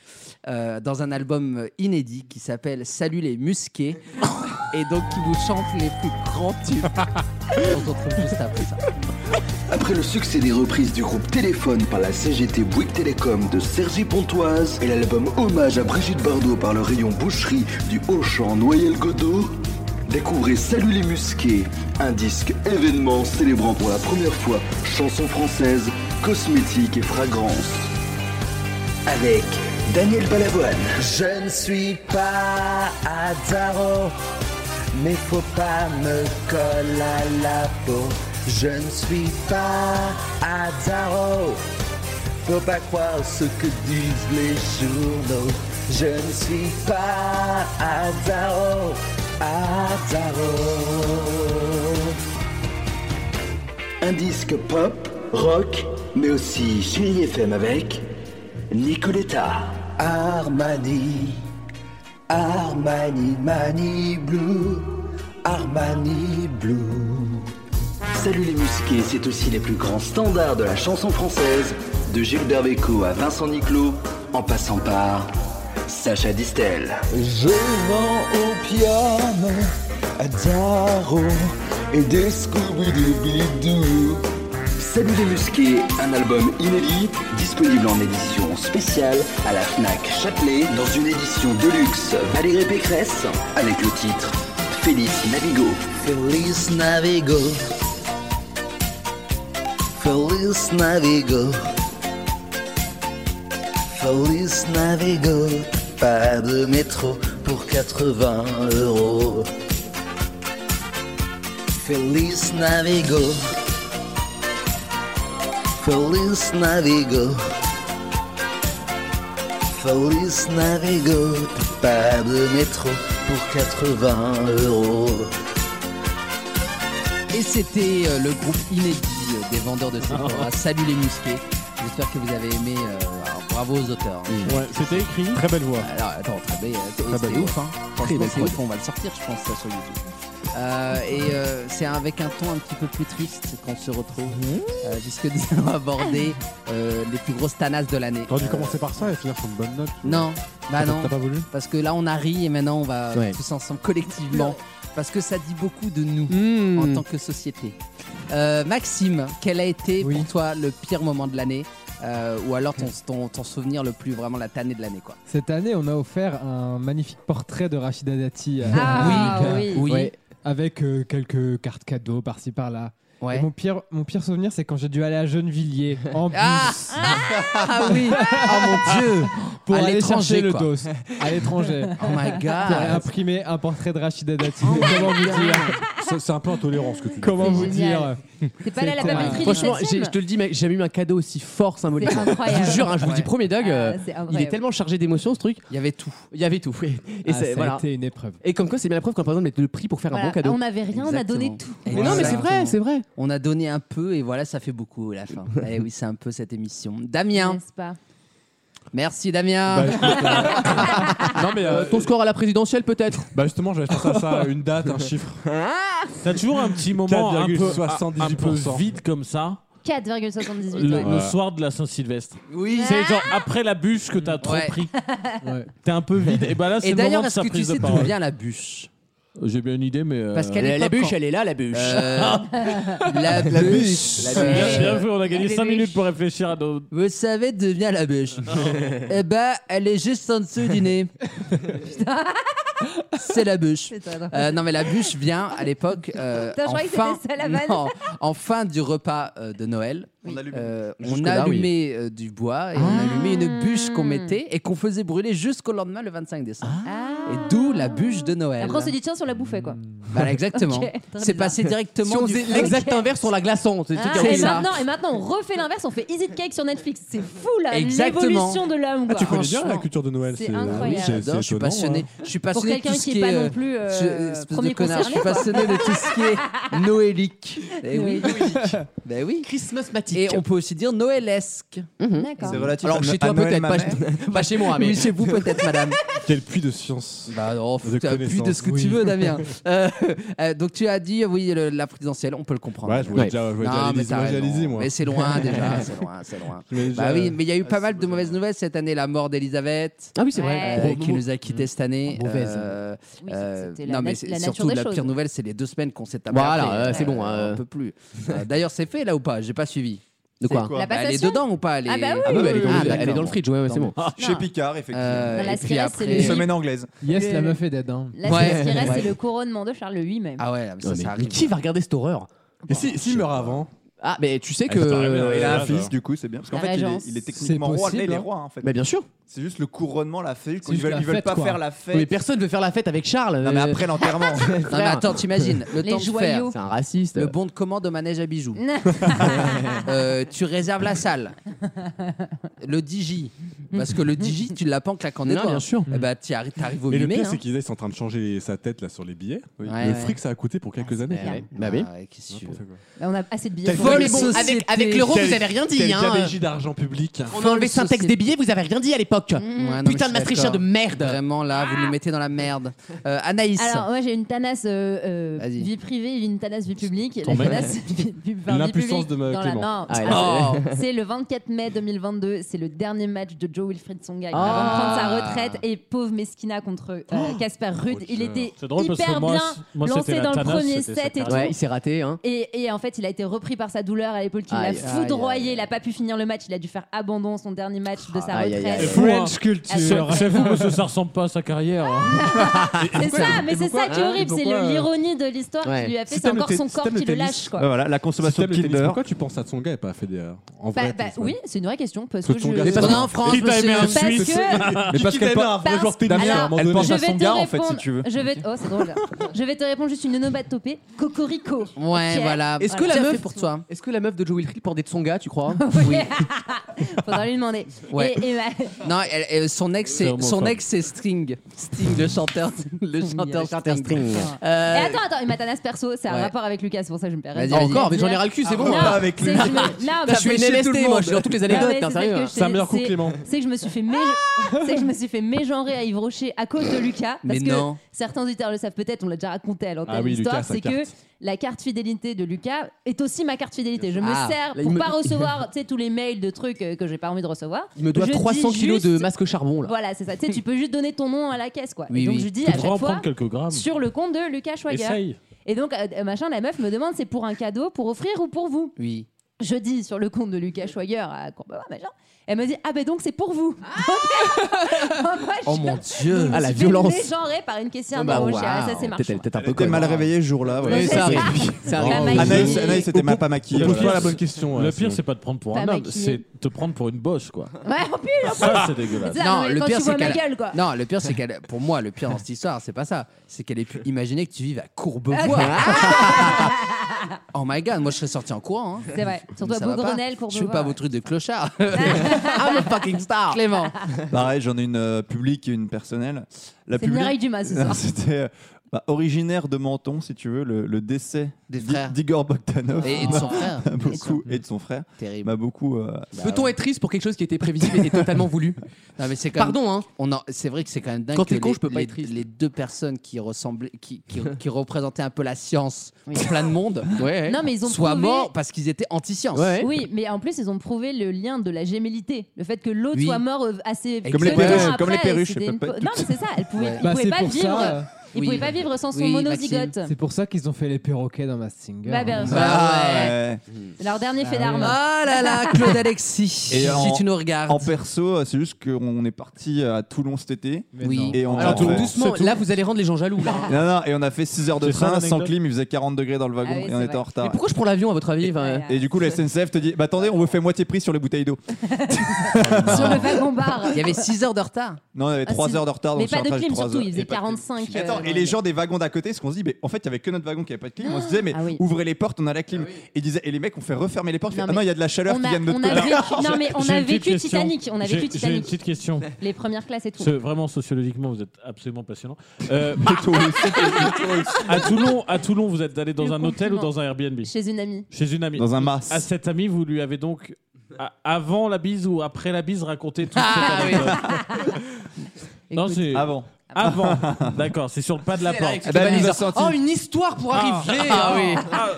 euh, dans un album inédit qui s'appelle Salut les musqués et donc qui vous chante les plus grands tubes. On se retrouve juste après ça.
Après le succès des reprises du groupe Téléphone par la CGT Bouygues Télécom de Sergi Pontoise et l'album Hommage à Brigitte Bardot par le rayon boucherie du Auchan Noyel-Godot, découvrez Salut les Musqués, un disque événement célébrant pour la première fois chansons françaises, cosmétiques et fragrances. Avec Daniel Balavoine.
Je ne suis pas Azaro, mais faut pas me coller à la peau. Je ne suis pas Azaro, faut pas croire ce que disent les journaux. Je ne suis pas Azaro, Azaro.
Un disque pop, rock, mais aussi Chérie FM avec Nicoletta.
Armani, Armani, Mani Blue,
Armani Blue. Salut les musqués, c'est aussi les plus grands standards de la chanson française, de Gilbert Bécaud à Vincent Niclot, en passant par Sacha Distel.
Je vends opium à Daro et des Scooby-Dooby-Doo.
Salut les musqués, un album inédit, disponible en édition spéciale à la FNAC Châtelet, dans une édition de luxe Valérie Pécresse, avec le titre Félix Navigo.
Feliz Navigo. Feliz Navigo. Feliz Navigo. Pas de métro pour 80 euros. Feliz Navigo. Feliz Navigo. Feliz Navigo. Pas de métro pour 80 euros.
Et c'était euh, le groupe inédit euh, des vendeurs de Sephora. Salut les musqués. J'espère que vous avez aimé. euh, alors, bravo aux auteurs. hein.
Ouais, c'était écrit.
Très belle voix.
Alors attends, très belle, euh,
bah,
Très
c'est
belle
ouf hein.
Très
Franchement,
belle
c'est ouf, on va le sortir je pense ça sur YouTube. Euh, et euh, c'est avec un ton un petit peu plus triste qu'on se retrouve, euh, puisque nous allons aborder euh, les plus grosses tanasses de l'année.
T'aurais dû
Euh,
commencer par ça et finir sur une bonne note. tu vois.
Non, bah non,
T'as pas voulu
parce que là on a ri et maintenant on va euh,
Ouais.
tous ensemble collectivement, parce que ça dit beaucoup de nous en tant que société. Euh, Maxime, quel a été
Oui.
pour toi le pire moment de l'année euh, ou alors ton, ton, ton souvenir le plus vraiment la tannée de l'année quoi
Cette année, on a offert un magnifique portrait de Rachida Dati. euh,
Ah,
donc,
oui.
Oui.
ouais, avec euh, quelques cartes cadeaux par-ci par-là. Et
Ouais.
Mon pire, mon pire souvenir, c'est quand j'ai dû aller à Gennevilliers en bus
Ah, Ah oui
mon Dieu pour
À
aller
l'étranger,
chercher le
quoi.
dos à l'étranger
Oh my
pour aller
god
imprimer un portrait de Rachida Dati. comment vous dire
C'est c'est un peu intolérant ce que tu dis.
Comment
C'est
vous
génial.
dire
T'es pas allé à la
C'était-
papeterie du
Franchement,
7e?
j'ai- je te le dis, mec, j'ai jamais eu un cadeau aussi fort symbolique.
C'est incroyable.
Je vous jure, hein, je vous le dis,
Ouais.
premier Doug, euh,
Ah, c'est
il est
incroyable.
tellement chargé d'émotions ce truc,
Il y avait tout.
il y avait tout. oui. Et
Ah,
c'est-
Ça
voilà.
a été une épreuve.
Et comme quoi, c'est bien la preuve qu'on a pas besoin de mettre le prix pour faire un
Voilà.
bon cadeau.
Bah, On n'avait rien, on a donné tout.
Exactement.
Mais non, mais c'est vrai, c'est vrai.
On a donné un peu et voilà, ça fait beaucoup à la fin. Eh oui, c'est un peu cette émission. Damien,
N'est-ce pas
merci Damien.
Bah, écoute, euh, non mais euh,
Ton score à la présidentielle, peut-être.
bah justement j'avais pensé à ça, une date, un chiffre.
T'as toujours un petit moment un peu, un peu
4,78%.
vide comme ça,
4,78.
le,
ouais.
le soir de la Saint-Sylvestre.
Oui.
C'est genre après la bûche que t'as trop
Ouais.
pris.
Ouais.
T'es un peu vide. Et bah là, c'est
Et
le moment
d'ailleurs,
de
est-ce
sa
que tu
prise de
sais d'où
parole.
vient la bûche
J'ai bien une idée, mais. euh,
Parce qu'à
La, la
l'époque,
bûche,
quand-
elle est là, la bûche.
Euh, la bûche. La bûche.
Bien, bien vu, on a gagné
la
5
bûche.
minutes pour réfléchir à nos.
Vous savez d'où vient la bûche Eh ben, elle est juste en dessous du nez. C'est la bûche.
C'est pas drôle.
Euh, non mais la bûche vient à l'époque euh,
Putain, je
en,
croyais que
fin,
c'était ça, la vanne.
Non, en fin du repas euh, de Noël.
On allume.
Euh, on
Jusque-là, oui.
allumait euh, du bois et
Ah.
on allumait une bûche qu'on mettait et qu'on faisait brûler jusqu'au lendemain le 25 décembre.
Ah.
Et d'où la bûche de Noël.
Après, on se dit, tiens, sur la bouffait, quoi.
Voilà, exactement.
Ok, très
C'est
bizarre.
passé
Si
directement
on
du...
faisait l'exact inverse, on la glaçon. C'est le truc
Ah,
qui a-
et,
ça.
maintenant, et maintenant, on refait l'inverse, on fait Easy Cake sur Netflix. C'est fou la
Exactement. Ah,
l'évolution de l'homme. quoi.
Ah, Tu connais bien la
Franchement,
culture de Noël,
c'est incroyable.
c'est-
J'adore,
c'est
je suis
étonnant,
passionné.
hein.
Je suis
Pour
passionné de
quelqu'un
tout ce
qui
qui
n'est pas
est, euh,
non plus euh,
je- espèce de
premier
connard, je
concerné.
suis
quoi.
passionné de tout ce qui est noélique. Eh oui. ben oui.
Christmas matique.
Et on peut aussi dire noëlesque.
D'accord.
C'est relatif
Alors
à,
chez
à
toi
Noël,
peut-être,
ma
pas,
mère.
chez- pas chez moi, mais
Oui, chez vous peut-être, madame.
hein. Quel puits de science.
Bah non,
De
t'as plus de
connaissances.
ce que
Oui.
tu veux, Damien. Euh, euh, donc tu as dit, oui, le- la présidentielle, on peut le comprendre.
Ouais, je voulais déjà, je voulais déjà
Non, mais
réaliser-
t'as
moi,
raison.
réaliser, moi.
Mais c'est loin déjà, c'est loin, c'est loin.
Je voulais
Bah
déjà-
oui, mais il y a eu pas mal de mauvaises nouvelles cette année. La mort d'Elisabeth,
Ah oui, c'est vrai.
euh,
Ouais.
qui nous a quittés cette année.
Mauvaise.
Euh,
Oui,
euh,
c'était la,
non, mais
nat-
c'est-
la nature
surtout,
des
la
choses.
pire nouvelle, c'est les deux semaines qu'on s'est tapé.
Voilà,
après.
euh, c'est bon, euh.
On peut plus. Euh, D'ailleurs, c'est fait là ou pas J'ai pas suivi.
De quoi
La
Bah, Elle est
passation
dedans ou pas elle est...
Ah bah oui.
Ah bah, elle est dans,
Ah,
elle est dans
d'accord,
le
bon.
fridge, ouais, ouais, c'est bon.
Chez Picard, effectivement.
Euh,
Dans la
et puis
Syrah, c'est
après-
les-
Semaine anglaise.
Yes, la meuf est dead. hein.
Là,
Ouais.
c'est ce qui reste,
Ouais.
c'est le couronnement de Charles VIII même.
Ah ouais, mais ça,
Non, mais
ça arrive.
qui va regarder cette horreur
Et si- s'il meurt avant
Ah, mais tu sais
Ah, ça paraît
que.
bien,
Euh, Il a un
Ouais,
fils,
genre.
du coup, c'est bien. Parce qu'en
La
fait, il est,
régence.
il est techniquement
C'est
roi. Là, il est
possible,
roi, en fait.
Bah bien sûr.
C'est juste le couronnement, la fête.
C'est
Ils
juste
veulent,
la
ils veulent
fête,
pas
quoi.
faire la
Mais
fête.
personne veut faire la fête avec Charles.
Non, mais
euh,
après l'enterrement.
Non, mais
frère.
attends, t'imagines le
Les
temps de faire.
joyaux.
C'est un raciste.
Le bon de commande au manège à bijoux. Euh, tu réserves la salle. Le DJ. Parce que le DJ, tu l'as pas en claquant des
Non,
doigts.
bien sûr.
Eh ben, tu arri- t'arrives au
Et le
mai.
pire, c'est qu'ils sont en train de changer sa tête là sur les billets.
hein. Ouais, Ah,
le
ouais.
fric, ça a coûté pour quelques années.
Ouais, ouais. Bah oui.
Bah, on a assez de billets.
Quel
pour
vol
le
est
Bon,
Société.
avec, avec l'euro, vous avez rien dit.
Quel
Hein.
gabegie d'argent public.
On a enlevé
Folle
Syntex
société.
des billets, vous avez rien dit à époque.
Ouais, non, mais je
Putain
suis
de Maastrichtien de
d'accord.
merde.
Vraiment là, vous nous Ah. mettez dans la merde. Euh, Anaïs.
Alors, moi, j'ai une tanasse euh, euh,
Vas-y.
vie privée, une tanasse vie publique.
Ton
La
mec.
tanasse vie, vie- enfin, vie
L'impuissance
publique
de ma-
dans la-
Clément.
non.
Ah,
Alors,
ouais.
C'est le 24 mai 2022. C'est le dernier match de Joe Wilfried Songa qui
Ah.
va prendre sa retraite et pauvre Meskina contre euh, Casper Ruud. Il était
C'est drôle parce que
hyper
moi,
bien
c- moi, c'était
lancé
la
dans le
tanasse,
premier
c'était
set
sa
et tout.
tanasse. Ouais, il s'est raté, hein.
Et, et en fait, il a été repris par sa douleur à l'épaule qui l'a
Aïe,
foudroyé. Il a pas pu finir le match. Il a dû faire abandon son dernier match de sa
Aïe, aïe, aïe.
retraite.
C'est fou, hein. C'est c'est fou parce que
ça
ça ressemble pas à sa carrière.
Ah, c'est ça, mais c'est ça qui est horrible, c'est le- l'ironie de l'histoire
Ouais.
qui lui a fait,
Si
c'est
t'aimes
encore
le
son
tennis-
corps
si t'aimes
qui
le
le
tennis,
lâche quoi.
Bah voilà, la consommation
Système
de
de tennis,
Kinder.
Pourquoi tu penses à Tsonga et pas à Federer En
Bah-
vrai,
bah
tennis, ouais.
oui, c'est une vraie question parce
Parce
que
que ton
je.
gars, c'est pas- Qui t'a aimé un
parce
Suisse
que-
Mais parce qu'elle
Qui t'a aimé
pense-
hein.
un vrai
elle
joueur
pense-
tennis,
elle
à un moment
pense
donné.
à
Je vais
son
te
gars, en fait, si
répondre-
tu veux.
Je vais, oh, c'est drôle. je vais te répondre juste une onomatopée. Cocorico.
Ouais,
Ok.
voilà.
Est-ce que la meuf
pour toi
Est-ce que la meuf de Joe Wilfried pendait de son gars, tu crois
Faudra lui demander.
Ouais.
Et- et bah-
Non, elle- elle- son ex,
C'est
c'est
homophobe.
son ex, c'est Sting, Sting, le chanteur, le chanteur, Sting.
Et
Euh,
attends, attends, et ma tanasse perso, c'est un
ouais.
rapport avec Lucas, c'est pour ça que je me perds.
Vas-y, Ah, vas-y. Encore, mais j'en ai
ras le cul, c'est bon,
Non,
pas avec
c'est
lui.
que je me- Non, bah,
Putain,
mais-
je suis une
chez
LST,
tout le
moi,
monde.
je suis dans toutes les
Non,
anecdotes,
mais
hein,
c'est celle
sérieux.
que je
C'est un
t'ai-
meilleur coup que
c'est-
Clément.
C'est que je me suis fait mé- c'est que je me suis fait mégenrer à Yves Rocher à cause de Lucas.
Mais
Parce que
non.
certains auditeurs le savent peut-être, on l'a déjà raconté à l'antenne.
Ah oui,
L'histoire,
Lucas, sa
c'est que
carte.
la carte fidélité de Lucas est aussi ma carte fidélité. Je me
Ah,
sers
là, il
pour
me-
pas recevoir tu sais, tous les mails de trucs euh, que j'ai pas envie de recevoir.
Il me doit
Je dis
300 kilos
juste-
de masque au charbon, là.
Voilà, c'est ça. Tu sais, tu peux juste donner ton nom à la caisse, quoi.
Oui,
et donc
oui.
je dis
Tu
à
devrais
chaque
en
fois
prendre quelques grammes.
sur le compte de Lucas Schwager.
Essaye.
Et donc, euh, machin, la meuf me demande c'est pour un cadeau, pour offrir ou pour vous
Oui.
Je dis sur le compte de Lucas Schwager à Courbevoie, machin. Elle me dit ah ben donc c'est pour vous. Ah
Oh mon dieu, ah la
Je suis
violence.
dégenrée par une caissière
Bah,
de Rocher.
waouh.
Ah, ça c'est marrant.
Peut-être- peut-être un peu
T'es
conne.
mal réveillé ce jour-là. voilà.
Ouais, ça arrive.
Ça
arrive.
Anaïs- Anaïs, Anaïs était mal pas maquillée.
Le
euh,
voilà.
pire- Le pire, c'est pas de prendre pour
Pas
un homme,
maquillée.
c'est te prendre pour une boche, quoi.
Ouais, en plus, en plus.
Ça, c'est dégueulasse.
Mais ça, mais quand tu vois ma gueule, quoi.
Non, le pire c'est qu'elle pour moi le pire dans cette histoire, c'est pas ça, c'est qu'elle ait pu imaginer que tu vives à Courbevoie. oh my god, moi je serais sorti en courant. hein.
C'est vrai. Surtout à
Ça va pas.
Beaugrenelle, Courbevoie.
Je fais pas vos trucs de clochard. I'm a fucking star. Clément.
Pareil, j'en ai une euh, publique et une personnelle. La
C'est
publique-
Mireille Dumas, ce soir.
C'était euh, bah, originaire de Menton, si tu veux, le, le décès d'I-
frères.
d'Igor Bogdanov.
Et- et de son frère,
M'a beaucoup, et de son frère.
Terrible.
M'a beaucoup. euh,
Peut-on être triste pour quelque chose qui était prévisible et totalement voulu
Non mais c'est quand
Pardon,
même-
hein.
On en- c'est vrai que c'est quand même dingue
Quand
que
t'es con,
les,
je peux pas
les-
être triste.
les deux personnes qui ressemblaient, qui, qui, qui représentaient un peu la science pour plein de monde,
Non, mais ils ont
soient
prouvé-
morts parce qu'ils étaient anti-science.
Oui, mais en plus, ils ont prouvé le lien de la gémellité. Le fait que l'autre
Oui.
soit mort euh, assez.
Comme
peu
les
de
perruches,
temps après,
comme les
et
perruches,
c'était
elles
une
peuvent
po-
pas être
Non, mais
toutes-
c'est ça. Elle pouvait,
Ouais.
il
Bah,
pouvait
c'est
pas
pour ça,
vivre.
euh,
Il
oui,
pouvait pas vivre sans son
oui,
monozygote.
Maxime. C'est pour ça qu'ils ont fait les perroquets dans Mask Singer.
Bah, bien
Ah
sûr.
ah ouais.
Leur dernier
Ah
fait
oui.
d'armes.
Ah là là, Claude Alexis,
Et en-
si tu nous regardes.
En perso, euh, c'est juste qu'on est parti euh, à Toulon cet été.
Oui.
Et on
Alors
a fait-
doucement, là vous allez rendre les gens jaloux. là.
Ah.
Non, non, et on a fait 6 heures de
J'ai pas
train sans
l'anecdote.
clim, il faisait 40 degrés dans le wagon
Ah oui,
et
c'est
on était
vrai.
en retard.
Mais pourquoi je prends l'avion à votre avis enfin,
Et du coup, la SNCF te dit bah, Attendez, on vous fait moitié prix sur les bouteilles d'eau.
Sur le wagon bar.
Il y avait 6 heures de retard.
Non, on avait
Ah,
3
c'est-
heures de retard.
Mais
donc sur
pas
un
de
trajet
clim
trois
surtout,
heures.
il faisait 45. euh,
Attends,
dans les-
et les gens des wagons d'à côté, ce qu'on se dit, mais en fait, il y avait que notre wagon qui avait pas de clim. On se disait, mais ouvrez les portes, on a la clim. Et, disait, et les mecs ont fait refermer les portes.
Non,
fait, ah non,
mais
il y a de la chaleur
on
qui
a-
vient de notre
on a
côté.
vécu- non, mais on
J'ai
a
une petite
vécu
question.
Titanic, on a
J'ai-
vécu
J'ai
Titanic.
une petite question.
Les premières classes et tout.
Ce- vraiment, sociologiquement, vous êtes absolument passionnant. Euh, à, Toulon, à Toulon, vous êtes allé dans
Le
un hôtel ou
confinement.
dans un Airbnb
Chez une amie.
Chez une amie.
Dans un mas.
À cette amie, vous lui avez donc, à- avant la bise ou après la bise, raconté toute
Ah,
cette anecdote Non,
Écoute.
c'est-
Avant.
Avant. D'accord, c'est sur le pas de la
C'est là,
porte.
avec le baliseur. Oh, une histoire pour
Ah,
arriver.
ah,
hein.
ah,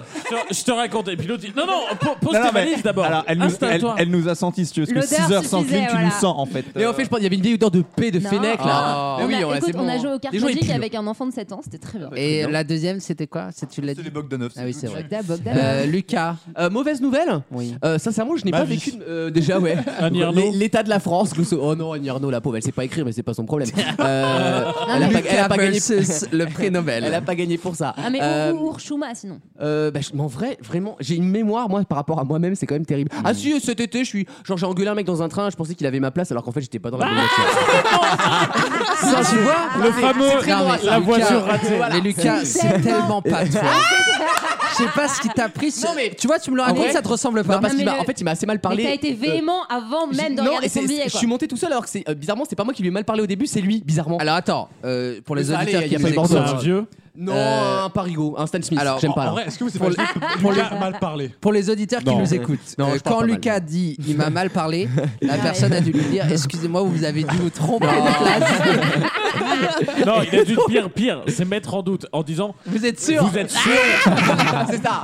je- je te raconte. Et puis l'autre dit Non, non, po- pose
Non, non,
tes
mais-
valises d'abord.
Alors, elle nous, elle,
Installe-toi.
elle nous a senti, si tu veux, parce que
L'odeur
6 heures sans
suffisait,
clim, tu
voilà.
nous sens en fait.
Et en fait, je pense qu'il y avait une vieille odeur de paix de
Non.
Fennec là.
Ah.
Mais
on,
oui,
a,
on l'a-
écoute,
c'est
on a
bon.
joué aux cartes
Les gens, ils
magiques
pilent.
avec un enfant de 7 ans, c'était très bien.
Et la deuxième, c'était quoi C'est tu l'as dit.
les Bogdanov.
Ah oui, c'est vrai.
Bogda, Bogda.
Euh, Lucas.
Euh, mauvaise nouvelle
Oui.
Euh, sincèrement, je n'ai
Ma
pas
vie.
vécu euh, déjà ouais.
Annie Ernaux.
L'é- L'état de la France. Grosso... Oh non, Annie Ernaux, la pauvre, elle sait pas écrire, mais c'est pas son problème. Euh, elle, a pas, elle a pas gagné.
versus le prix Nobel.
Elle a pas gagné pour ça.
Ah, mais
Euh,
ou- ou Urshuma, sinon.
Euh, bah, je- mais en vrai, vraiment, j'ai une mémoire, moi, par rapport à moi-même, c'est quand même terrible.
Hmm.
Ah si, euh, cet été, je suis, genre, j'ai engueulé un mec dans un train, je pensais qu'il avait ma place, alors qu'en fait, j'étais pas
Ah,
dans la bonne voiture.
Ça, tu vois
Le fameux, la voiture ratée.
Mais Lucas, c'est tellement pas toi. Je sais pas ce qui t'a pris.
Non, mais-
Tu vois, tu me l'as
En
raconté,
vrai-
ça te ressemble
Non,
pas.
parce
mais
qu'il m'a-
le-
en fait, il m'a assez mal parlé.
Mais t'as été véhément avant
J'ai-
même de
non,
regarder
et
son
c'est-
billet.
Je
quoi.
suis monté tout seul, alors que c'est euh, bizarrement, c'est pas moi qui lui ai mal parlé au début, c'est lui, bizarrement.
Alors attends, euh, pour les
Allez,
auditeurs
y a
qui
pas
nous
de
écoutent,
C'est un vieux.
Non,
Euh,
un Parigo, un Stan Smith.
alors,
J'aime pas. hein.
en
là.
vrai, est-ce que vous savez
Pour
pas
les-
juste que
pour
Lucas
les-
a mal Pour les auditeurs qui
Non.
nous écoutent,
Non,
euh,
je parle
quand
pas mal.
Lucas dit il m'a mal parlé, la personne a dû lui dire excusez-moi, vous avez dû vous tromper.
Non, il a dû pire, pire, c'est mettre en doute en disant
Vous êtes sûr
Vous êtes sûr
C'est ça.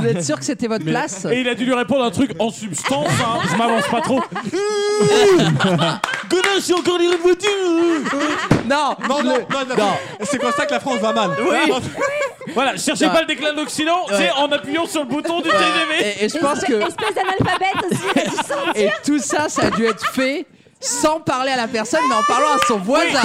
Vous êtes sûr que c'était votre
Mais-
place
Et il a dû lui répondre un truc en substance, hein, je m'avance pas trop.
Gonin, j'ai encore les voitures
Non,
non, non, non, C'est comme ça que la France va mal.
Oui. Voilà, cherchez
Non.
pas le déclin de l'Occident,
Ouais.
c'est en appuyant sur le bouton du TGV.
Espèce d'analphabète aussi,
Et tout ça, ça a dû être fait sans parler à la personne, mais en parlant à son voisin.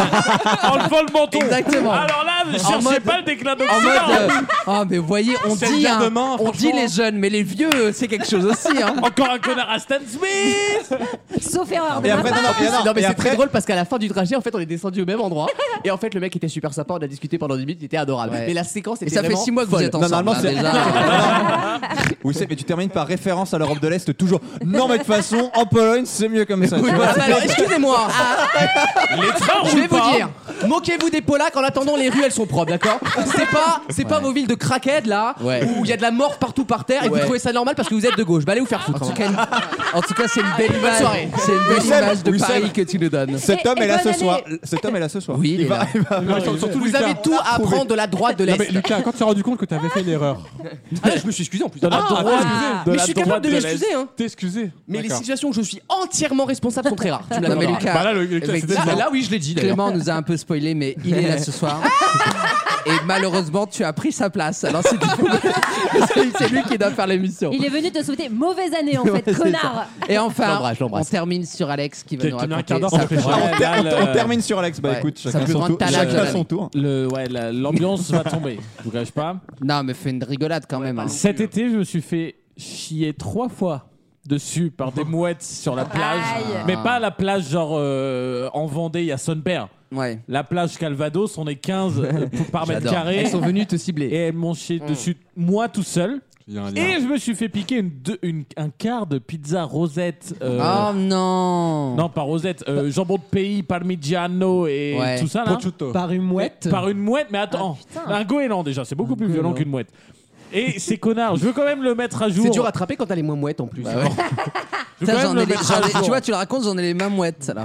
en levant le menton.
Exactement.
Alors là, ne
En
cherchez
mode-
pas le déclin
En
d'Occident.
mode, euh, ah, mais voyez, on
C'est le
dit,
bien
hein,
demain,
on dit
franchement.
les jeunes, mais les vieux, euh, c'est quelque chose aussi. Hein.
Encore un connard à Stan Smith
Sauf erreur
de Et ma après, part. non, non, et alors,
Non, mais
et
c'est
après-
très drôle parce qu'à la fin du trajet, en fait, on est descendu au même endroit. Et en fait, le mec était super sympa, on a discuté pendant 10 minutes, il était adorable.
Ouais.
Mais la séquence
Et
était
ça fait
vraiment
six mois que vous
folle.
êtes Non, ensemble,
hein,
normalement, là, c'est- déjà.
Ah,
Oui, c'est, mais tu termines par référence à l'Europe de l'Est toujours. Non, mais de toute façon, en Pologne, c'est mieux comme ça. tu vois.
Ah, bah alors, excusez-moi. Ah,
Ah,
Je vais vous dire, moquez-vous des Polacs en attendant les rues elles sont propres, d'accord C'est pas, c'est pas vos villes de craquettes là
Ouais.
où il y a de la mort partout par terre et
Ouais.
vous trouvez ça normal parce que vous êtes de gauche. Bah allez vous faire foutre.
En tout
hein.
cas, En tout cas, c'est une belle
Bonne
image.
soirée.
C'est une belle
Wissem,
image de
Wissem.
Paris que tu nous donnes.
Cet homme est là ce soir.
Cet homme est là ce soir.
Oui, il est là.
vous avez tout à apprendre de la droite de
Non,
l'Est.
mais Lucas, quand tu t'es rendu compte que t'avais fait une erreur
Ah, je me suis excusé en plus.
De la
Ah,
droite,
ah,
excusé.
ah.
De
mais
la
je suis capable
droite
de
de
m'excuser.
l'Est.
Hein.
T'es excusé.
Mais les
D'accord.
situations où je suis entièrement responsable sont très rares. Tu me
Non, mais
l'accorderas.
Lucas,
Effectivement. Bah là, Ah oui, je l'ai dit. d'ailleurs.
Clément nous a un peu spoilé, mais il est là ce soir. Et malheureusement, tu as pris sa place. Alors, c'est du coup, c'est- c'est lui qui doit faire l'émission.
Il est venu te souhaiter mauvaise année en fait,
Ouais, c'est
connard.
ça. Et enfin, on termine sur Alex qui va
Qui-
nous
qui met un
raconter.
quart d'heure
sa-
pour réfléchir.
Ouais,
On ter-
là,
on-
le-
on
termine sur Alex. Bah
Ouais,
écoute,
sa
chacun
plus
son
grande
tour.
talade de
Chacun son
l'année.
tour.
Le, ouais, la- l'ambiance va tomber. Je vous cache pas.
Non, mais fais une rigolade quand même. hein.
Cet été, je me suis fait chier trois fois dessus par des mouettes sur la plage.
Aïe.
Mais pas la plage genre euh, en Vendée, il y a Sonneberg. La plage Calvados, on est 15 euh, pour- par mètre
J'adore.
carré.
Elles sont venues te cibler.
Et elles m'ont chié dessus, moi tout seul. Et je me suis fait piquer une, deux- une- un quart de pizza rosette. euh,
Oh non
Non, pas rosette, euh, jambon de pays, parmigiano et
Ouais.
tout ça là.
Prosciutto.
Par une mouette
Par une mouette, mais attends, un goéland déjà, c'est beaucoup plus violent qu'une mouette. Et ces connards, je veux quand même le mettre à jour. Bah
C'est dur à attraper quand t'as les moins mouettes en plus.
Je veux
Putain,
quand même
j'en
le
ai les-
mettre
j'en
à
ai-
jour.
tu vois, tu le racontes, j'en ai les mains mouettes. là.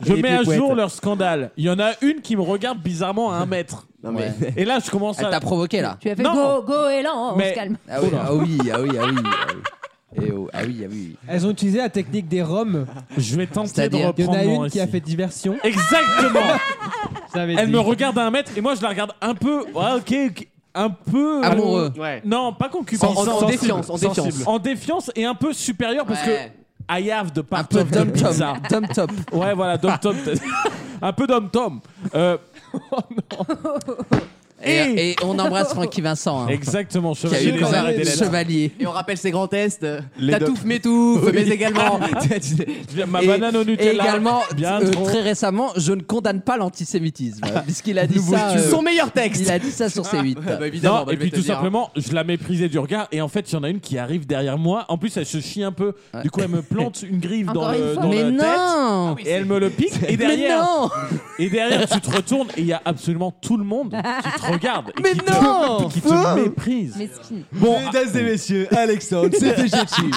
Je mets à
les
jour
couettes.
leur scandale. Il y en a une qui me regarde bizarrement à un mètre.
mais-
Et là, je commence à.
Elle t'a provoqué là.
Tu as fait
Non.
go, go, élan, on
Mais-
se calme.
Ah oui,
Oula.
ah oui, ah oui, ah oui. ah oui. Eh oh, ah oui, ah oui.
Elles ont utilisé la technique des roms.
Je vais tenter de
C'est-à-dire Il y en a
reprendre mon
une qui a
récit.
fait diversion.
Exactement.
J'avais
Elle
dit.
me regarde à un mètre et moi je la regarde un peu. Ouais, ok, ok, Un peu. euh,
Amoureux.
Ouais.
Non, pas concubin.
En- en- en
Sensible.
défiance, en
Sensible.
défiance.
En défiance et un peu supérieur parce
Ouais.
que I have de part
Un peu
of the
Dom Tom.
pizza.
Dom Tom.
Ouais, voilà, Dom Tom. un peu Dom Tom. Euh,
Et, et on embrasse Francky Vincent. hein,
exactement,
qui a
chevalier
eu
des arts
quand
et
même
des lettres.
chevalier.
Et on rappelle ses grands tests. euh,
Les
Ta
deux.
touffe m'étouffe,
Oui.
mais également.
Ma
Et-
banane au Nutella.
Et également,
Bien
euh,
trop.
très récemment, je ne condamne pas l'antisémitisme. Puisqu'il a dit
Nouveau
ça.
studio.
euh,
Son meilleur texte.
il a dit ça sur C8.
Ah, bah, évidemment,
Non,
bah,
et
je
puis
vais te
tout
hein.
dire.
simplement, je la méprisais du regard, et en fait, il y en a une qui arrive derrière moi. En plus, elle se chie un peu. Du coup, elle me plante une griffe dans,
Encore
le,
une fois.
dans
Mais
la tête.
non
Et elle me le pique, et
Mais
derrière,
non
et derrière, tu te retournes, et il y a absolument tout le monde qui te regarde. et
Mais
qui
non
te, Qui te méprise.
Mesquine.
Bon,
Mesdames et messieurs, Alexandre, c'était Chichi.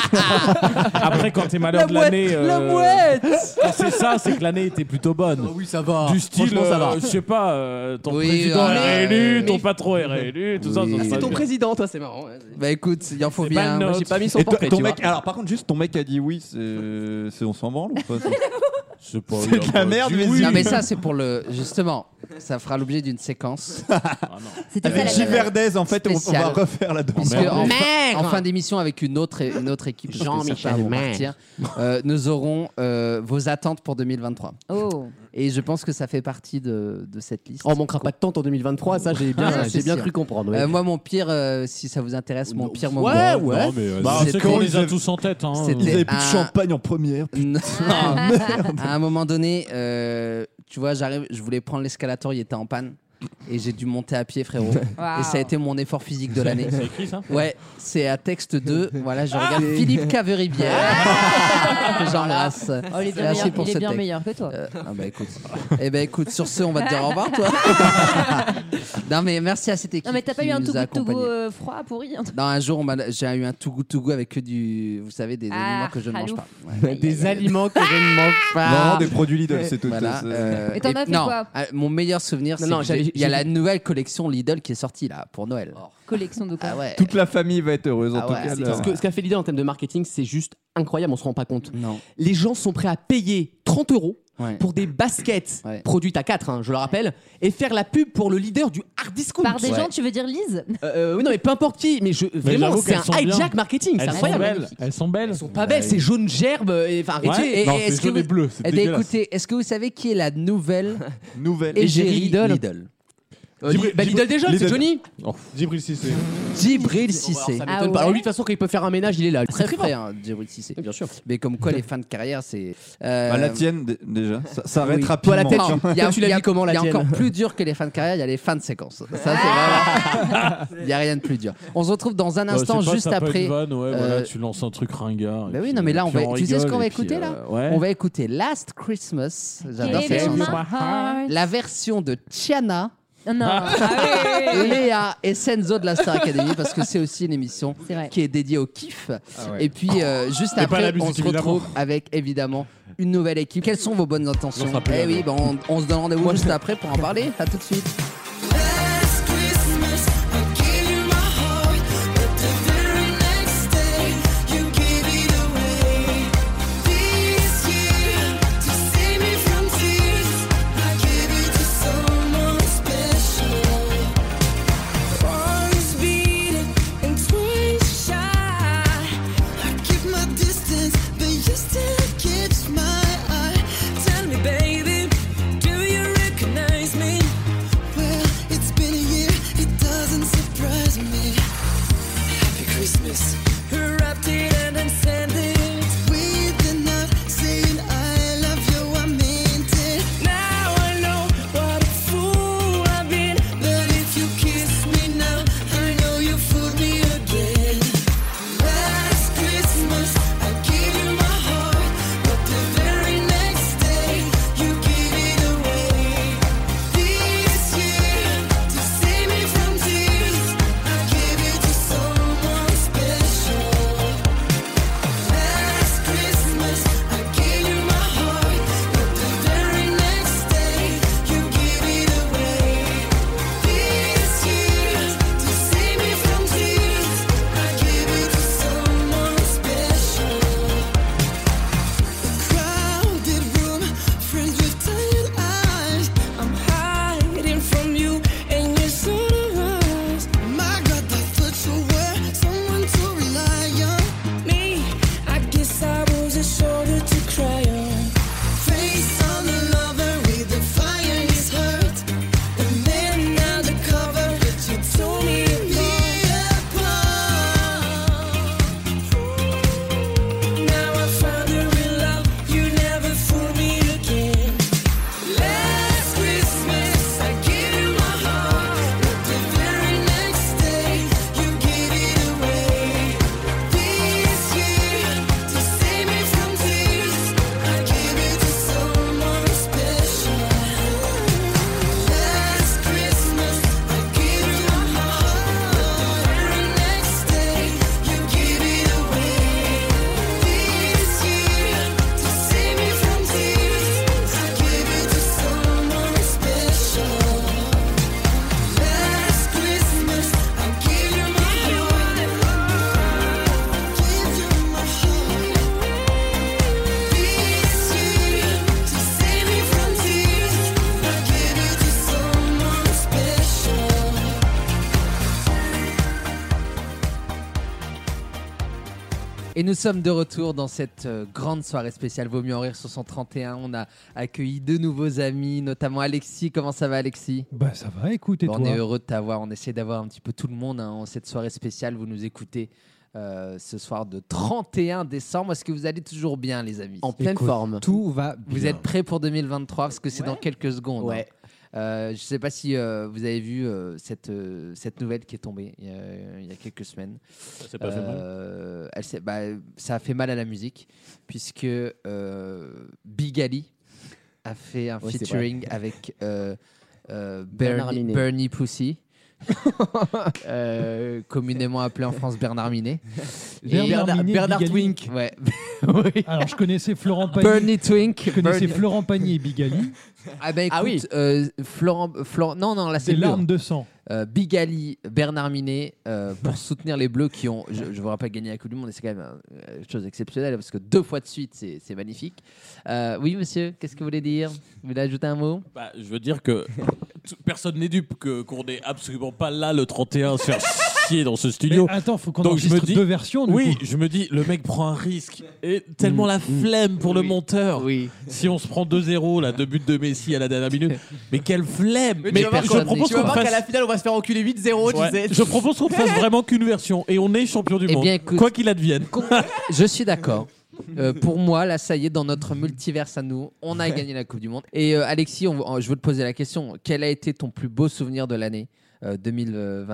après, quand t'es malheur de l'année.
La
euh,
mouette
quand c'est ça, c'est que l'année était plutôt bonne.
Ah Oui, ça va.
du style,
Franchement, ça va.
euh, je sais pas, euh, ton
Oui,
président
voilà.
est réélu,
Mais-
ton patron est réélu, tout ça.
Oui.
ça, ça,
C'est ton
ça-
président, toi, c'est marrant. ouais.
Bah écoute, il en faut
C'est pas
bien.
le
Moi, j'ai
nôtre.
pas mis son
Et ton-
portrait.
ton
tu
mec,
vois.
alors par contre, juste ton mec a dit oui, c'est, c'est- on s'en branle ou pas ça
C'est pas-
C'est de la merde, mais
Ah,
Non, mais ça, c'est pour le. Justement, ça fera l'objet d'une séquence.
Ah,
C'était ça
Avec
la
Gilles Verdon.
Giverdez, en fait, on, on va
Spécial.
refaire la danse.
Puisque en, fin,
Merde.
en fin d'émission avec une autre, une autre équipe, parce que
Jean-Michel
certains vont
Maire.
partir, euh, nous aurons euh, vos attentes pour 2023.
Oh.
Et je pense que ça fait partie de, de cette liste.
On manquera pas de tente en 2023, ça j'ai
Ah,
bien,
c'est
j'ai bien
sûr.
cru comprendre.
Euh, moi, mon pire, euh, si ça vous intéresse, mon pire moment.
Ouais, ouais.
Non, mais euh,
Bah,
C'était-
c'est qu'on les a tous en tête. Hein.
C'était-
Ils avaient plus de
Ah.
champagne en première.
Non. à un moment donné, euh, tu vois, j'arrive, je voulais prendre l'escalator, il était en panne. et j'ai dû monter à pied, frérot.
Waouh.
Et ça a été mon effort physique de l'année.
C'est écrit, ça
Ouais, c'est à texte 2. Voilà,
Ah.
je regarde Philippe Caverivière. que J'embrasse.
Oh, il est bien,
Merci
meilleur,
pour
il est
ce
bien
texte.
meilleur que toi.
Euh, ah bah écoute. Eh bah écoute, sur ce, on va te dire au revoir, toi. non mais merci à cette équipe.
non, mais t'as pas
qui
eu un
nous
tout
a
goût euh tout
accompagnés.
froid, pourri un truc-
Non, un jour, on m'a- j'ai eu un tout goût tout goût avec que du, vous savez, des
Ah,
aliments que je ne mange
halouf.
pas. Ah.
Des aliments que je ne mange pas.
Non, des produits Lidl, c'est tout.
Voilà,
C'est-
euh,
Et t'en as fait
non,
quoi
euh, Mon meilleur souvenir,
Non,
c'est
non,
que
j'allais-
j'ai- il y a
j'ai-
la nouvelle collection Lidl qui est sortie là pour Noël.
Oh. Collection de quoi
Ah ouais.
Toute la famille va être heureuse en
Ah
tout
ouais,
cas.
c'est-
là.
Ce que- ce qu'a fait l'idée en termes de marketing, c'est juste incroyable, on se rend pas compte.
Non.
Les gens sont prêts à payer 30 euros
Ouais.
pour des baskets
Ouais.
produites à 4, je le rappelle, et faire la pub pour le leader du hard discount.
Par des
Ouais.
gens, tu veux dire Lise
Euh, oui, non, mais peu importe qui, mais je, vraiment,
j'avoue
c'est
qu'elles
un
sont bien.
hijack marketing, c'est
Elles sont
incroyable.
belles. Elles sont belles.
Elles sont pas belles, c'est jaune gerbe, et enfin,
Ouais.
tu sais, et-
Non,
et
c'est
est-ce que
jaune et
vous-
bleu, c'est
Eh bien,
dégueulasse.
écoutez, est-ce que vous savez qui est la nouvelle
Nouvelle.
égérie
Lidl.
Lidl,
Euh, Lidl- bah, Lidl déjà, c'est
Lidl.
Johnny.
Djibril Cissé.
Djibril
Alors,
Cissé.
ça
Ah
m'étonne pas. Alors
ouais.
lui, de toute façon, quand il peut faire un ménage, il est là.
Très frais, hein, Djibril Cissé.
Bien sûr.
Mais comme quoi, les fins de carrière, c'est. euh,
Bah, la tienne, d- déjà. Ça, ça arrête
oui.
rapidement.
Toi, la tête,
Non,
tu-
il y a-
tu l'as
il y a-
vu comment, la
Il y a
tienne
encore plus dur que les fins de carrière, il y a les fins de séquence. Ça, c'est
Ah.
vraiment- Il n'y a rien de plus dur. On se retrouve dans un
Ouais,
instant,
c'est pas,
juste
ça peut
après.
être vanne, ouais,
euh,
voilà, tu lances un truc ringard. et
Bah oui,
puis,
non, mais là,
euh,
on
puis
va- tu sais ce
rigole,
qu'on va
et puis,
écouter, là
euh, ouais.
On va écouter Last Christmas. J'adore
Give
cette
it
chanson.
my heart.
La version de Tiana,
Non, ah oui, oui, oui.
Léa et Senzo de la Star Academy, parce que c'est aussi une émission
C'est vrai.
qui est dédiée au kiff.
ouais.
Et puis, euh, juste
Oh. Et pas
après,
la musique,
on se
évidemment.
retrouve avec évidemment une nouvelle équipe. Quelles sont vos bonnes intentions
On se rappelle
Eh oui, bah, on, on se donne rendez-vous juste après pour en parler. À tout de suite.
Still catch my eye. Tell me, baby, do you recognize me? Well, it's been a year, it doesn't surprise me. Happy Christmas. Wrapped it and then sent it. With the knife saying, I love you, I meant it. Now I know what a fool I've been. But if you kiss me now, I know you fooled me again. Last Christmas, I gave you my heart. But the very next day, you gave it away. This year, to save me from tears, I gave it to someone special. Last Christmas, I gave you my heart, but the very next day, you gave it away. This year, to save me from tears, I gave it to someone special. Crowded room, friends with tired eyes. I'm hiding from you and your sort eyes. My God, I thought you were someone to rely on. Me, I guess I was a shoulder to cry on. Face on the lover with the fire in his heart. The man undercover, but you told me apart. Now I found the real love. You never fool me again. Last Christmas I gave you my heart, but the very next day you gave it away. This year to save me from tears, I gave it to someone special. Last Christmas I gave you my heart, but the very next day you gave it away. This year to save me from tears, I gave it to someone special. Last Christmas, I gave you my heart. Give you my heart. This year to save me from tears, I gave it to someone special.
Et nous sommes de retour dans cette euh, grande soirée spéciale Vaut mieux en rire sur 131. On a accueilli deux nouveaux amis, notamment Alexis. Comment ça va, Alexis
Bah ça va, écoute, et
Bon,
toi
On est heureux de t'avoir. On essaie d'avoir un petit peu tout le monde hein, en cette soirée spéciale. Vous nous écoutez euh, ce soir de 31 décembre. Est-ce que vous allez toujours bien, les amis
En pleine
Écoute,
forme.
Tout va
Vous
bien.
êtes prêts pour 2023 parce que c'est dans quelques secondes.
Ouais.
hein. Euh, je ne sais pas si euh, vous avez vu euh, cette, euh, cette nouvelle qui est tombée il y a, il y a quelques semaines.
s'est pas fait mal.
Euh, elle s'est- bah, ça a fait mal à la musique, puisque euh, Big Ali a fait un
Ouais, c'est
featuring
vrai.
avec euh, euh,
Bernard
Bernie,
Minet.
Bernie Pussy. Euh, communément appelé en France Bernard Minet. Et-
Bernard Minet, Big Ali.
Ouais.
Alors, je connaissais Florent Pagny.
Bernie Twink.
Je connaissais
Bernie-
Florent Pagny et Bigali.
Ah ben écoute,
Ah oui.
euh, Florent, Florent- non non là c'est
Des
bleu.
larmes de sang.
Euh, Big Ali, Bernard Minet euh, pour soutenir les Bleus qui ont, je, je vous rappelle, gagné la Coupe du Monde et c'est quand même euh, une chose exceptionnelle parce que deux fois de suite c'est c'est magnifique. Euh, oui monsieur, qu'est-ce que vous voulez dire Vous voulez ajouter un mot
Bah, je veux dire que tout- personne n'est dupe que qu'on n'est absolument pas là le 31 se faire chier dans ce studio.
Mais attends, faut qu'on
Donc je me
enregistre
dis-
deux versions,
ah,
du
oui,
coup.
je me dis le mec prend un risque et tellement
Mm,
la
mm.
flemme pour le
Oui,
monteur. Si on se prend 2-0 là, deux buts de Messi à la dernière minute, mais quelle flemme.
Mais, tu vas voir
je
qu'on-
propose
tu vas
qu'on
voir
fasse-
qu'à la finale, on va se faire enculer 8-0. tu
Ouais.
sais.
Je propose qu'on fasse vraiment qu'une version et on est champion du
Eh
monde,
bien, écoute-
quoi qu'il advienne.
Je suis d'accord. Euh, pour moi, là, ça y est, dans notre multiverse à nous, on a gagné la Coupe du Monde. Et euh, Alexis, on- je veux te poser la question. Quel a été ton plus beau souvenir de l'année euh,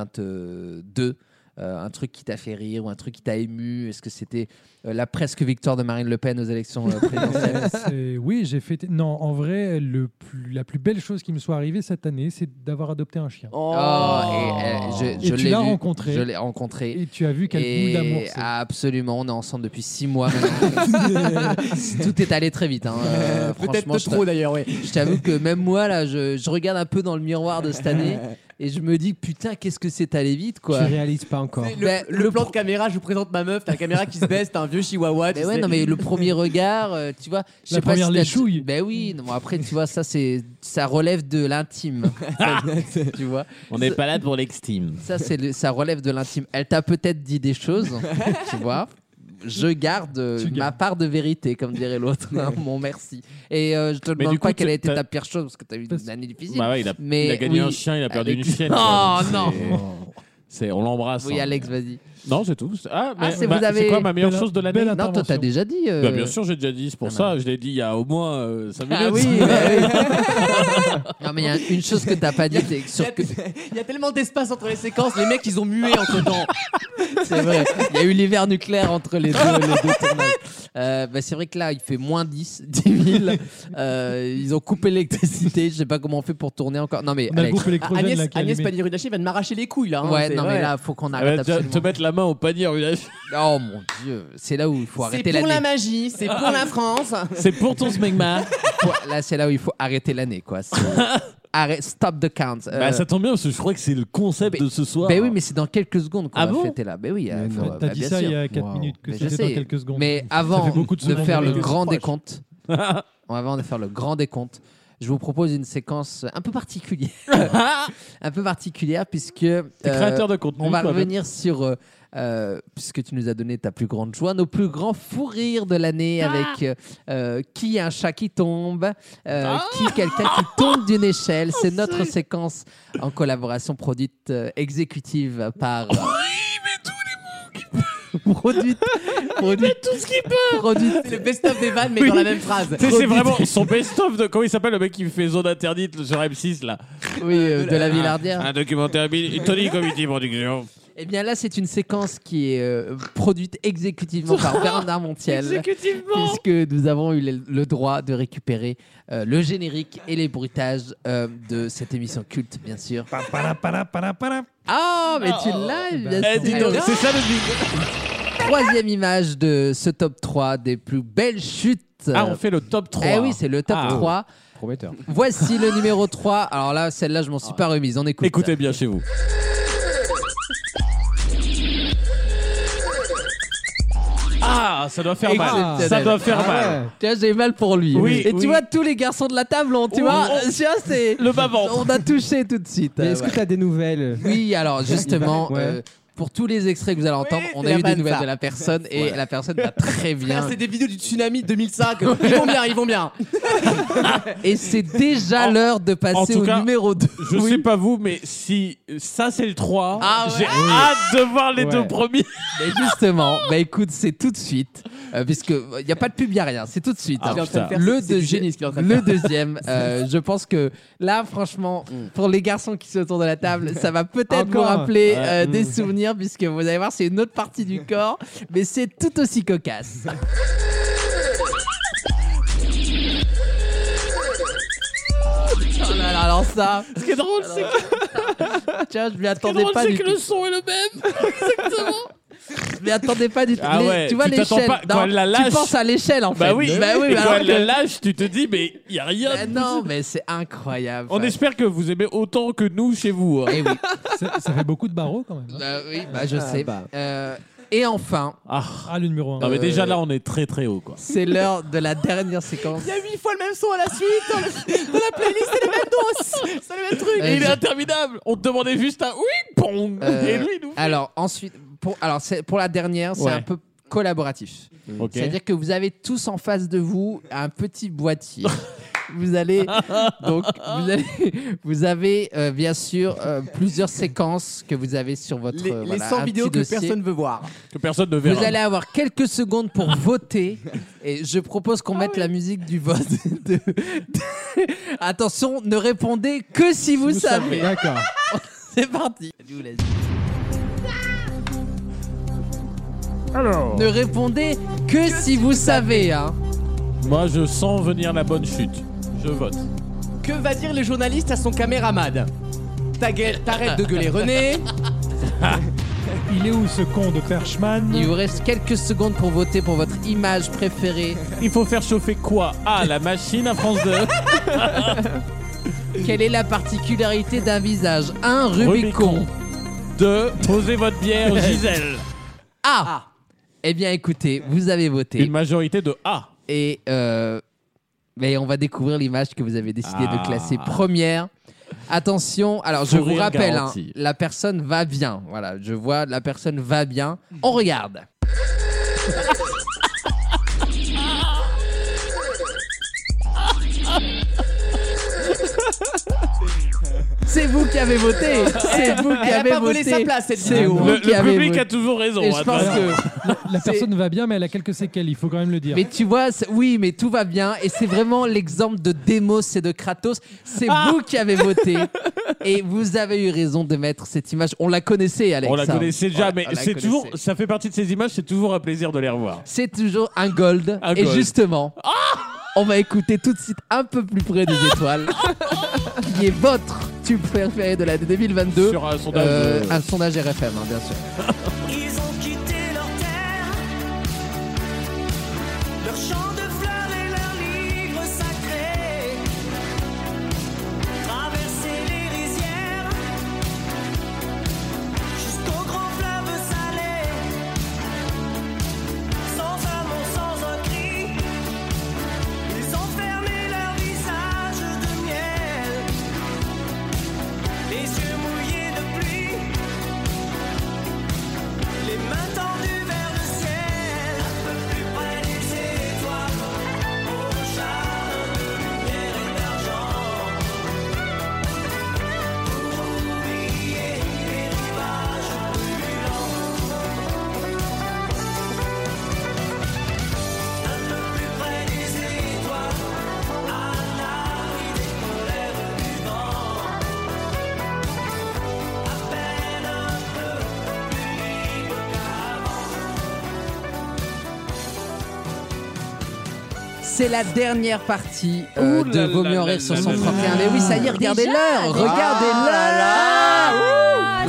2022 Euh, Un truc qui t'a fait rire ou un truc qui t'a ému Est-ce que c'était euh, la presque victoire de Marine Le Pen aux élections euh, présidentielles
C'est- oui, j'ai fêté. Non, en vrai, le plus- la plus belle chose qui me soit arrivée cette année, c'est d'avoir adopté un chien.
Oh, et, euh, je, je
tu
l'ai
l'as
vu,
rencontré.
Je l'ai rencontré.
Et tu as vu quel
Et ah,
boule d'amour c'est.
Absolument, on est ensemble depuis six mois. maintenant. Tout est allé très vite. hein. Euh,
Peut-être
franchement,
de
je
trop,
t'a-
d'ailleurs, oui.
Je t'avoue que même moi là, je, je regarde un peu dans le miroir de cette année et je me dis putain qu'est-ce que c'est allé vite quoi. Ben,
Tu
réalises pas encore.
Le, le plan de caméra, je vous présente ma meuf, t'as la caméra qui se baisse, t'as un vieux chihuahua. tu
Mais Ben ouais,
sais.
non, mais le premier regard, euh, tu vois.
La
je sais pas
première
si t'as-
léchouille.
Ben oui, non, bon, après, tu vois, ça, c'est, ça relève de l'intime. tu vois.
On n'est pas là pour l'extime.
Ça, c'est le- ça relève de l'intime. Elle t'a peut-être dit des choses, tu vois. Je garde euh,
Tu gardes.
ma part de vérité, comme dirait l'autre. hein, Mon merci. Et euh, je te
Mais
demande
du coup,
pas quelle a été
t'as-
ta pire chose, parce que t'as eu une année difficile.
Bah ouais, il a,
Mais
il a gagné
oui,
un chien, il a perdu
avec-
une chienne.
Oh
quoi.
non
C'est, c'est- on l'embrasse.
Oui,
hein.
Alex, vas-y.
Non, c'est tout. Ah, mais-
Ah, c'est
bah,
vous avez-
c'est quoi ma meilleure
Belle-
chose de l'année
belle Non, toi, t'as déjà dit. euh,
Bah, bien sûr, j'ai déjà dit. C'est pour ça, je l'ai dit il y a au moins 5 minutes.
Ah oui, bah oui. Non, mais il y a une chose que t'as pas dit, c'est que sur que-
Il y a tellement d'espace entre les séquences, les mecs ils ont mué entre temps.
C'est vrai. Il y a eu l'hiver nucléaire entre les deux, les deux tournages. Euh, bah, c'est vrai que là, il fait moins 10, 10 000. Euh, ils ont coupé l'électricité. Je sais pas comment on fait pour tourner encore. Non, mais.
On a le
Alex-
groupe électrogène,
Agnès, Agnès Pannier-Runacher va de m'arracher les couilles là. hein,
Ouais,
c'est- Ah, bah,
non, mais là, faut qu'on
Elle
arrête.
va te- te mettre la main au panier.
Oh mon dieu, c'est là où il faut
C'est
arrêter
pour la
l'année.
magie, c'est pour la France.
C'est pour ton smegma.
Faut- Là, c'est là où il faut arrêter l'année, quoi. C'est- Arrête, stop the count. Euh,
Bah, ça tombe bien parce que je crois que c'est le concept de ce soir.
Ben oui, mais c'est dans quelques secondes qu'on
Ah
va
bon
fêter là. Ben oui, euh, faut-
T'as
bah,
dit
bien
ça il y
sûr.
a 4
Waouh.
minutes que
Mais je
c'était dans
sais.
quelques secondes.
Mais
Ça
avant
fait beaucoup de
de
secondes
faire le
avec-
grand décompte, avant de faire le grand décompte, je vous propose une séquence un peu particulière, un peu particulière puisque
créateur de contenu,
euh, On va
toi,
revenir sur euh, euh, puisque tu nous as donné ta plus grande joie, nos plus grands fous rires de l'année avec euh, euh, qui un chat qui tombe, euh, qui quelqu'un qui tombe d'une échelle. C'est notre séquence en collaboration produite euh, exécutive par. produite, produite tout ce qu'il peut.
C'est le best-of des vannes, mais dans la même phrase.
Tu sais, C'est vraiment son best-of de. Comment il s'appelle le mec qui fait zone interdite sur M6 là Ah,
Oui, euh, de
Ah.
la Villardière.
Un, un documentaire. Bill- Tony Committee Production.
Eh bien là, c'est une séquence qui est euh, produite exécutivement par Bernard Montiel.
Exécutivement.
Puisque nous avons eu le, le droit de récupérer euh, le générique et les bruitages euh, de cette émission culte, bien sûr. Ah, mais tu l'as, bien
Eh,
sûr.
dis donc, c'est ça le
Troisième image de ce top 3 des plus belles chutes.
Ah, on fait le top 3.
Euh, Eh oui, c'est le top
Ah.
3.
Prometteur.
Voici le numéro 3. Alors là, celle-là, je m'en suis pas remise. On écoute.
Écoutez bien chez vous. Ah, ça doit faire mal.
Exceptionnel.
Ça doit faire
Ah
mal.
ouais. Tu vois, j'ai mal pour lui.
Oui,
Et
oui.
tu vois, tous les garçons de la table ont, tu
Oh,
vois,
oh.
tu vois, c'est.
Le bas
On a touché tout de suite.
euh,
Mais est-ce que
Ouais.
t'as des nouvelles
Oui, alors justement,
Ouais.
euh, Pour tous les extraits que vous allez entendre, on a eu des nouvelles de la personne et
Voilà.
la personne va très bien.
Frère, C'est des vidéos du tsunami de 2005. Ils vont bien, ils vont bien.
Et c'est déjà l'heure de
En
passer
tout
au
cas,
numéro 2.
Je sais pas vous, mais si ça c'est le 3,
Ah ouais.
j'ai
Oui.
hâte de voir les
Ouais.
deux premiers.
Mais justement, bah écoute, c'est tout de suite. euh, puisque il n'y a pas de pub, il n'y a rien, c'est tout de suite.
Ah,
hein.
il est en train de faire-
le,
c'est du
deuxi-
génie, ce qu'il est en train de
le
faire.
deuxième, euh, je pense que là, franchement, pour les garçons qui sont autour de la table, ça va peut-être vous
Mm. Encore un.
rappeler
Ouais.
euh, des
Mm.
souvenirs, puisque vous allez voir, c'est une autre partie du corps, mais c'est tout aussi cocasse. Oh là là, alors ça.
Ce qui est drôle, c'est
que. Tiens, je m'y
Ce qui est
attendais
drôle,
pas
c'est
du
que
tout.
le son est le même. Exactement.
Mais attendez pas du tout.
Ah
Les-
ouais,
tu vois
tu t'attends
l'échelle.
pas-
non,
quand elle la lâche-
tu penses à l'échelle en fait.
Bah oui,
bah oui.
Et
mais
quand
alors
elle la
que-
lâche, tu te dis, mais il n'y a rien.
Bah non, mais c'est incroyable.
On espère que vous aimez autant que nous chez vous. hein.
Eh oui.
Ça, ça fait beaucoup de barreaux quand même.
Bah oui, bah je
Ah,
sais.
bah.
Euh, et enfin,
Ah.
le numéro 1.
Non, mais
Euh.
déjà là, on est très très haut quoi.
c'est l'heure de la dernière séquence.
Il y a 8 fois le même son à la suite. Dans la playlist, c'est les mêmes danses. C'est le même truc.
Et il est interminable. On te demandait juste un oui, pong.
Euh,
Et lui, il nous.
alors ensuite, pour, alors c'est- pour la dernière, c'est
Ouais.
un peu collaboratif.
Ok.
C'est-à-dire que vous avez tous en face de vous un petit boîtier. vous allez donc vous allez vous avez euh, bien sûr euh, plusieurs séquences que vous avez sur votre
Les,
euh,
les
voilà,
100
un
vidéos
petit
que
dossier.
personne veut voir.
Que personne ne verra.
Vous allez avoir quelques secondes pour voter et je propose qu'on mette la musique du vote. de- de- Attention, ne répondez que si, vous, savez.
D'accord.
C'est parti. Je vous laisse.
Alors.
Ne répondez que si vous savez. hein.
Moi, je sens venir la bonne chute. Je vote.
Que va dire le journaliste à son caméraman Ta gueule- T'arrêtes de gueuler, René.
Il est où ce con de Perchman
Il vous reste quelques secondes pour voter pour votre image préférée.
Il faut faire chauffer quoi Ah, la machine à France 2.
Quelle est la particularité d'un visage Un Rubicon.
2. Posez votre bière, Gisèle.
Ah Eh bien, écoutez, vous avez voté.
Une majorité de A.
Et euh, mais on va découvrir l'image que vous avez décidé
Ah.
de classer première. Attention, alors je vous
Sourire
rappelle, hein,
garanti.
la personne va bien. Voilà, je vois, la personne va bien. On regarde. C'est vous qui avez voté. C'est vous qui
Eh, Elle a
avez
pas volé
voté.
sa place, cette
C'est
vidéo. hein.
vous
Le,
qui
le
avez
public
voté.
a toujours raison.
Et je
hein,
pense
de toute
que
façon.
La personne va bien, mais elle a quelques séquelles, il faut quand même le dire.
Mais tu vois, c'est- oui, mais tout va bien. Et c'est vraiment l'exemple de Demos et de Kratos. C'est
Ah.
vous qui avez voté. Et vous avez eu raison de mettre cette image. On la connaissait, Alex.
On la
hein.
connaissait déjà,
Ouais,
mais
on la
c'est toujours,
connaissait.
ça fait partie de ces images, c'est toujours un plaisir de les revoir.
C'est toujours un gold.
Un
et
gold. Ah.
justement, on va écouter tout de suite un peu plus près des étoiles, qui est votre tube préféré de l'année 2022.
Sur un sondage,
Euh,
euh,
Un sondage RFM, hein, bien sûr.
Ils ont quitté leur terre, leur champ de fleurs et leur livre sacré. Traversé les rizières jusqu'au grand fleuve salé. Sans un mot, sans un cri, ils ont fermé leur visage de miel. Les yeux mouillés de pluie. Les mains tendues vers le ciel, un peu plus près des étoiles, au charme de lumière et d'argent. Pour oublier les rivages brûlants, un peu plus près des étoiles, à l'abri des colères du vent. À peine un peu plus libre qu'avant.
C'est la dernière partie euh,
Ouh là
de Vaut
là
mieux en
là
rire sur
là
son
là Oh
31. Mais oui, ça y est, regardez l'heure
déjà
Regardez
Ah
l'heure
là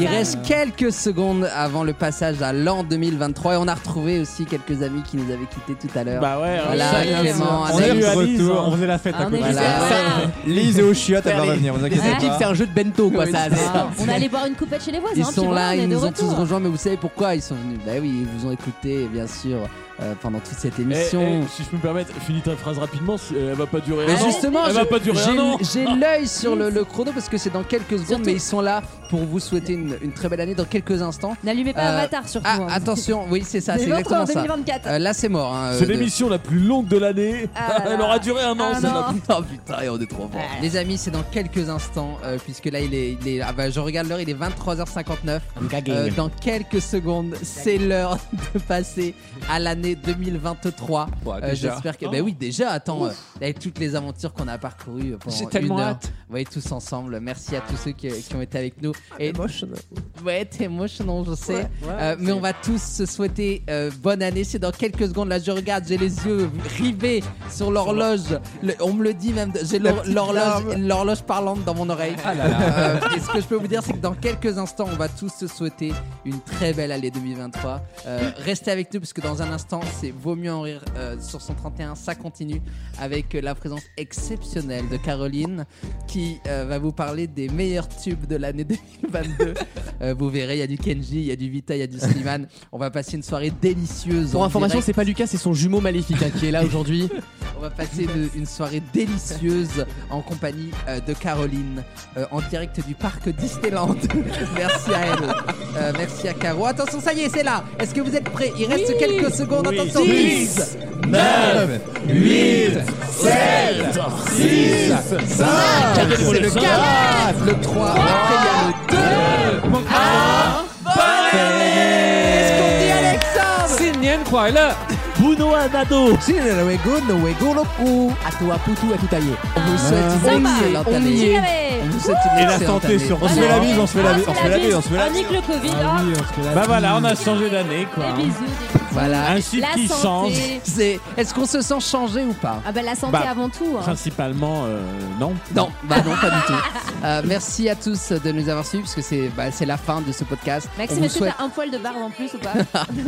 Il
là.
reste quelques secondes avant le passage à l'an 2023 et on a retrouvé aussi quelques amis qui nous avaient quittés tout à l'heure.
Bah ouais,
Voilà,
ça y est,
Clément,
on est
Alex.
de retour.
On faisait la fête à
On
côté.
est
Voilà.
juste-
Lise et Oshia, t'as pas
Allez.
revenir, vous inquiétez
Ah.
pas.
C'est un jeu de bento, quoi.
Oui,
ça,
c'est
c'est-
ça.
On allait boire une coupette chez les voisins.
Ils
puis
sont
voilà,
là,
on est
ils
de
nous ont
retour.
tous rejoints, mais vous savez pourquoi ils sont venus Bah oui, ils vous ont écouté, bien sûr, euh, pendant toute cette
Eh,
émission.
eh, si je peux me permettre, finis ta phrase rapidement, si- euh, elle va pas durer
Mais
un an.
justement,
elle va
je-
pas durer
j'ai-
un an.
j'ai l'œil sur le, le chrono parce que c'est dans quelques secondes, mais ils sont là pour vous souhaiter une, une très belle année dans quelques instants.
N'allumez pas Avatar, surtout,
ah,
hein.
attention, oui, c'est ça,
Mais
c'est
votre
exactement
en
ça.
2024.
Euh, là, c'est mort. hein,
C'est
euh, de-
l'émission la plus longue de l'année.
Ah là
Elle
là.
aura duré un an.
Ah
celle-là.
non. Oh putain, et on est trop fort.
Ah.
Les amis, c'est dans quelques instants, euh, puisque là, il est. il est- ah bah, je regarde l'heure, il est 23h59. Euh, dans quelques secondes, c'est l'heure de passer à l'année 2023. Euh,
déjà.
J'espère que.
Oh.
Ben oui, déjà, attends,
Ouf.
euh, avec toutes les aventures qu'on a parcourues pendant
J'ai tellement
une heure.
hâte.
Ouais, tous ensemble. Merci à tous ceux qui, qui ont été avec nous.
Ah,
et Ouais, t'es emotional, je sais.
Ouais, ouais,
Euh, mais on va tous se souhaiter euh, bonne année. C'est dans quelques secondes. Là, je regarde, j'ai les yeux rivés sur l'horloge. Le- on me le dit même. J'ai
La
l'hor-
petite
l'horloge,
larme.
l'horloge parlante dans mon oreille.
Ah là là.
Euh, et ce que je peux vous dire, c'est que dans quelques instants, on va tous se souhaiter une très belle année 2023. Euh, restez avec nous, parce que dans un instant, c'est Vaut mieux en rire euh, sur 131. Ça continue avec euh, la présence exceptionnelle de Caroline, qui euh, va vous parler des meilleurs tubes de l'année 2022. Euh, vous verrez, il y a du Kenji, il y a du Vita, il y a du Slimane. On va passer une soirée délicieuse.
Pour
en
information,
direct.
c'est pas Lucas, c'est son jumeau maléfique hein, qui est là aujourd'hui.
On va passer de- une soirée délicieuse en compagnie euh, de Caroline euh, en direct du parc Disneyland. merci à elle. Euh, merci à Caro. Attention, ça y est, c'est là. Est-ce que vous êtes prêts Il reste quelques secondes. Attention.
10,
9, 8,
7, 6, 5,
Ah, c'est le 4, le 3, après il y a le 2, 1.
Sinien Croile Bruno Anado Sinenwego Nowego Loku Atua Putu Atutaye On vous
souhaite une excellente année. On vous souhaite une
Et la
excellente
santé
année.
surtout. On se fait la bise, on se fait la bise, on se fait la bise, on se fait la bise.
nique le Covid.
Ah
hein,
oui,
oh.
on se fait la Bah voilà, on a changé d'année quoi.
Des bisous, des-
Voilà.
Un chiffre
La
qui
santé.
change.
C'est- Est-ce qu'on se sent changé ou pas
Ah bah la santé
Bah,
avant tout. hein.
Principalement, euh, non.
Non, bah non, pas du tout. Euh, merci à tous de nous avoir suivis, puisque c'est bah, c'est la fin de ce podcast. On
Maxime,
vous
est-ce que
souhaite-
t'as un poil de barbe en plus ou pas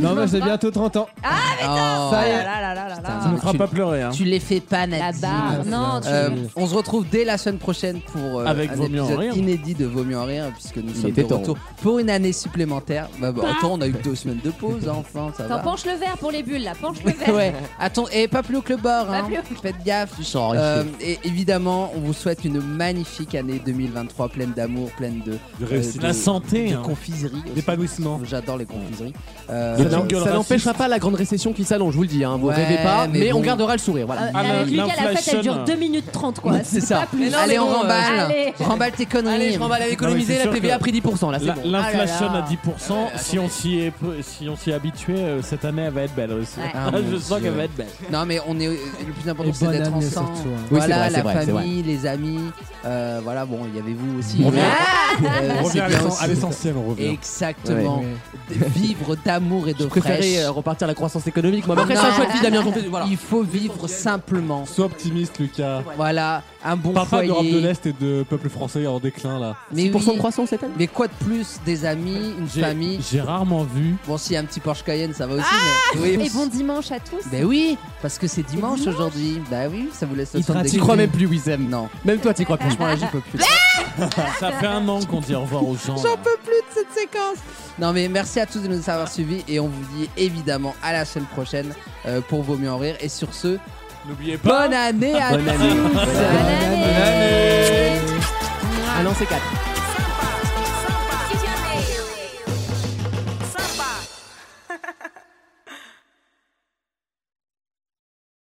Non, moi j'ai bientôt
30 ans.
Ah putain
Oh.
Ah là là là là là là.
Ça ne fera
Tu-
pas pleurer. Hein.
Tu les fais pas,
La
Nadine.
barbe, non, tu-
Euh, on se retrouve dès la semaine prochaine pour euh,
Avec
un
Vaut mieux en
épisode
rire.
inédit de Vaut mieux en rire, puisque nous sommes
était
de
temps.
retour pour une année supplémentaire. Bah, bah, attends, on a eu deux semaines de pause, hein, enfin, ça
Attends,
va.
penche le verre pour les bulles là, penche le verre.
Ouais, attends, et pas plus haut que le bord,
Pas
hein.
plus
faites gaffe. Euh, et évidemment, on vous souhaite une magnifique année 2023, pleine d'amour, pleine de,
De réussite. La santé,
de
hein.
confiseries, d'épanouissement. J'adore les confiseries. Euh,
Ça n'en- ça n'empêchera pas la grande récession qui s'allonge, je vous le dis. hein, Vous
Ouais,
rêvez pas,
mais
mais,
bon.
on gardera le sourire. Voilà.
Euh,
Ah,
avec Lucas, la fête elle dure 2 minutes 30 quoi.
Ah, C'est ça.
Pas plus.
Allez, on remballe.
Allez.
Remballe tes conneries.
Allez, je remballe avec
Non, mais
économiser,
c'est
la
sûr
TVA a
que
pris 10%, là, c'est
la-
bon.
L'inflation
Ah là là.
à 10%, si on s'y est, si on s'y est habitué, euh, cette année elle va être belle aussi.
Ouais. Ah,
Je
mon
sens
Dieu.
qu'elle va être belle.
Non, mais on est euh, le plus important,
Et
c'est
bonne
d'être
année
ensemble.
surtout, hein. Oui,
Voilà,
c'est vrai, c'est
la
vrai, c'est
famille, les amis. euh, voilà, bon, il y avait vous aussi.
On revient-
Euh,
Ah,
on revient
c'est
à
bien
l'essen-
aussi.
à l'essentiel, on revient.
Exactement.
Ouais.
De- Vivre d'amour et de
Je préférais
fraîche.
euh, repartir à la croissance économique. Moi, Mais après, c'est un
Non.
choix de vie, Damien. j'en fais- Voilà.
Il faut vivre simplement.
Sois optimiste, Lucas.
Voilà, un bon
Parle pas
foyer.
d'Europe de l'est et de peuple français en déclin là.
Mais oui.
croissance cette année.
Mais quoi de plus Des amis, une famille.
J'ai rarement vu.
Bon, s'il y a un petit Porsche Cayenne, ça va aussi. mais...
Et bon dimanche à tous.
Ben oui, parce que c'est dimanche aujourd'hui. Bah oui, ça vous laisse le
Il
temps de
t'y crois
découvrir.
même plus, Wissem.
Non.
Même toi, t'y crois plus.
Franchement, là, j'y peux plus.
Ça fait un an qu'on dit au revoir aux gens.
J'en peux plus de cette séquence. Non mais merci à tous de nous avoir suivis et on vous dit évidemment à la semaine prochaine euh, pour Vaut mieux en rire et sur ce,
N'oubliez pas.
bonne année à
Bonne
tous.
année. Bonne année.
Ah non, c'est 4.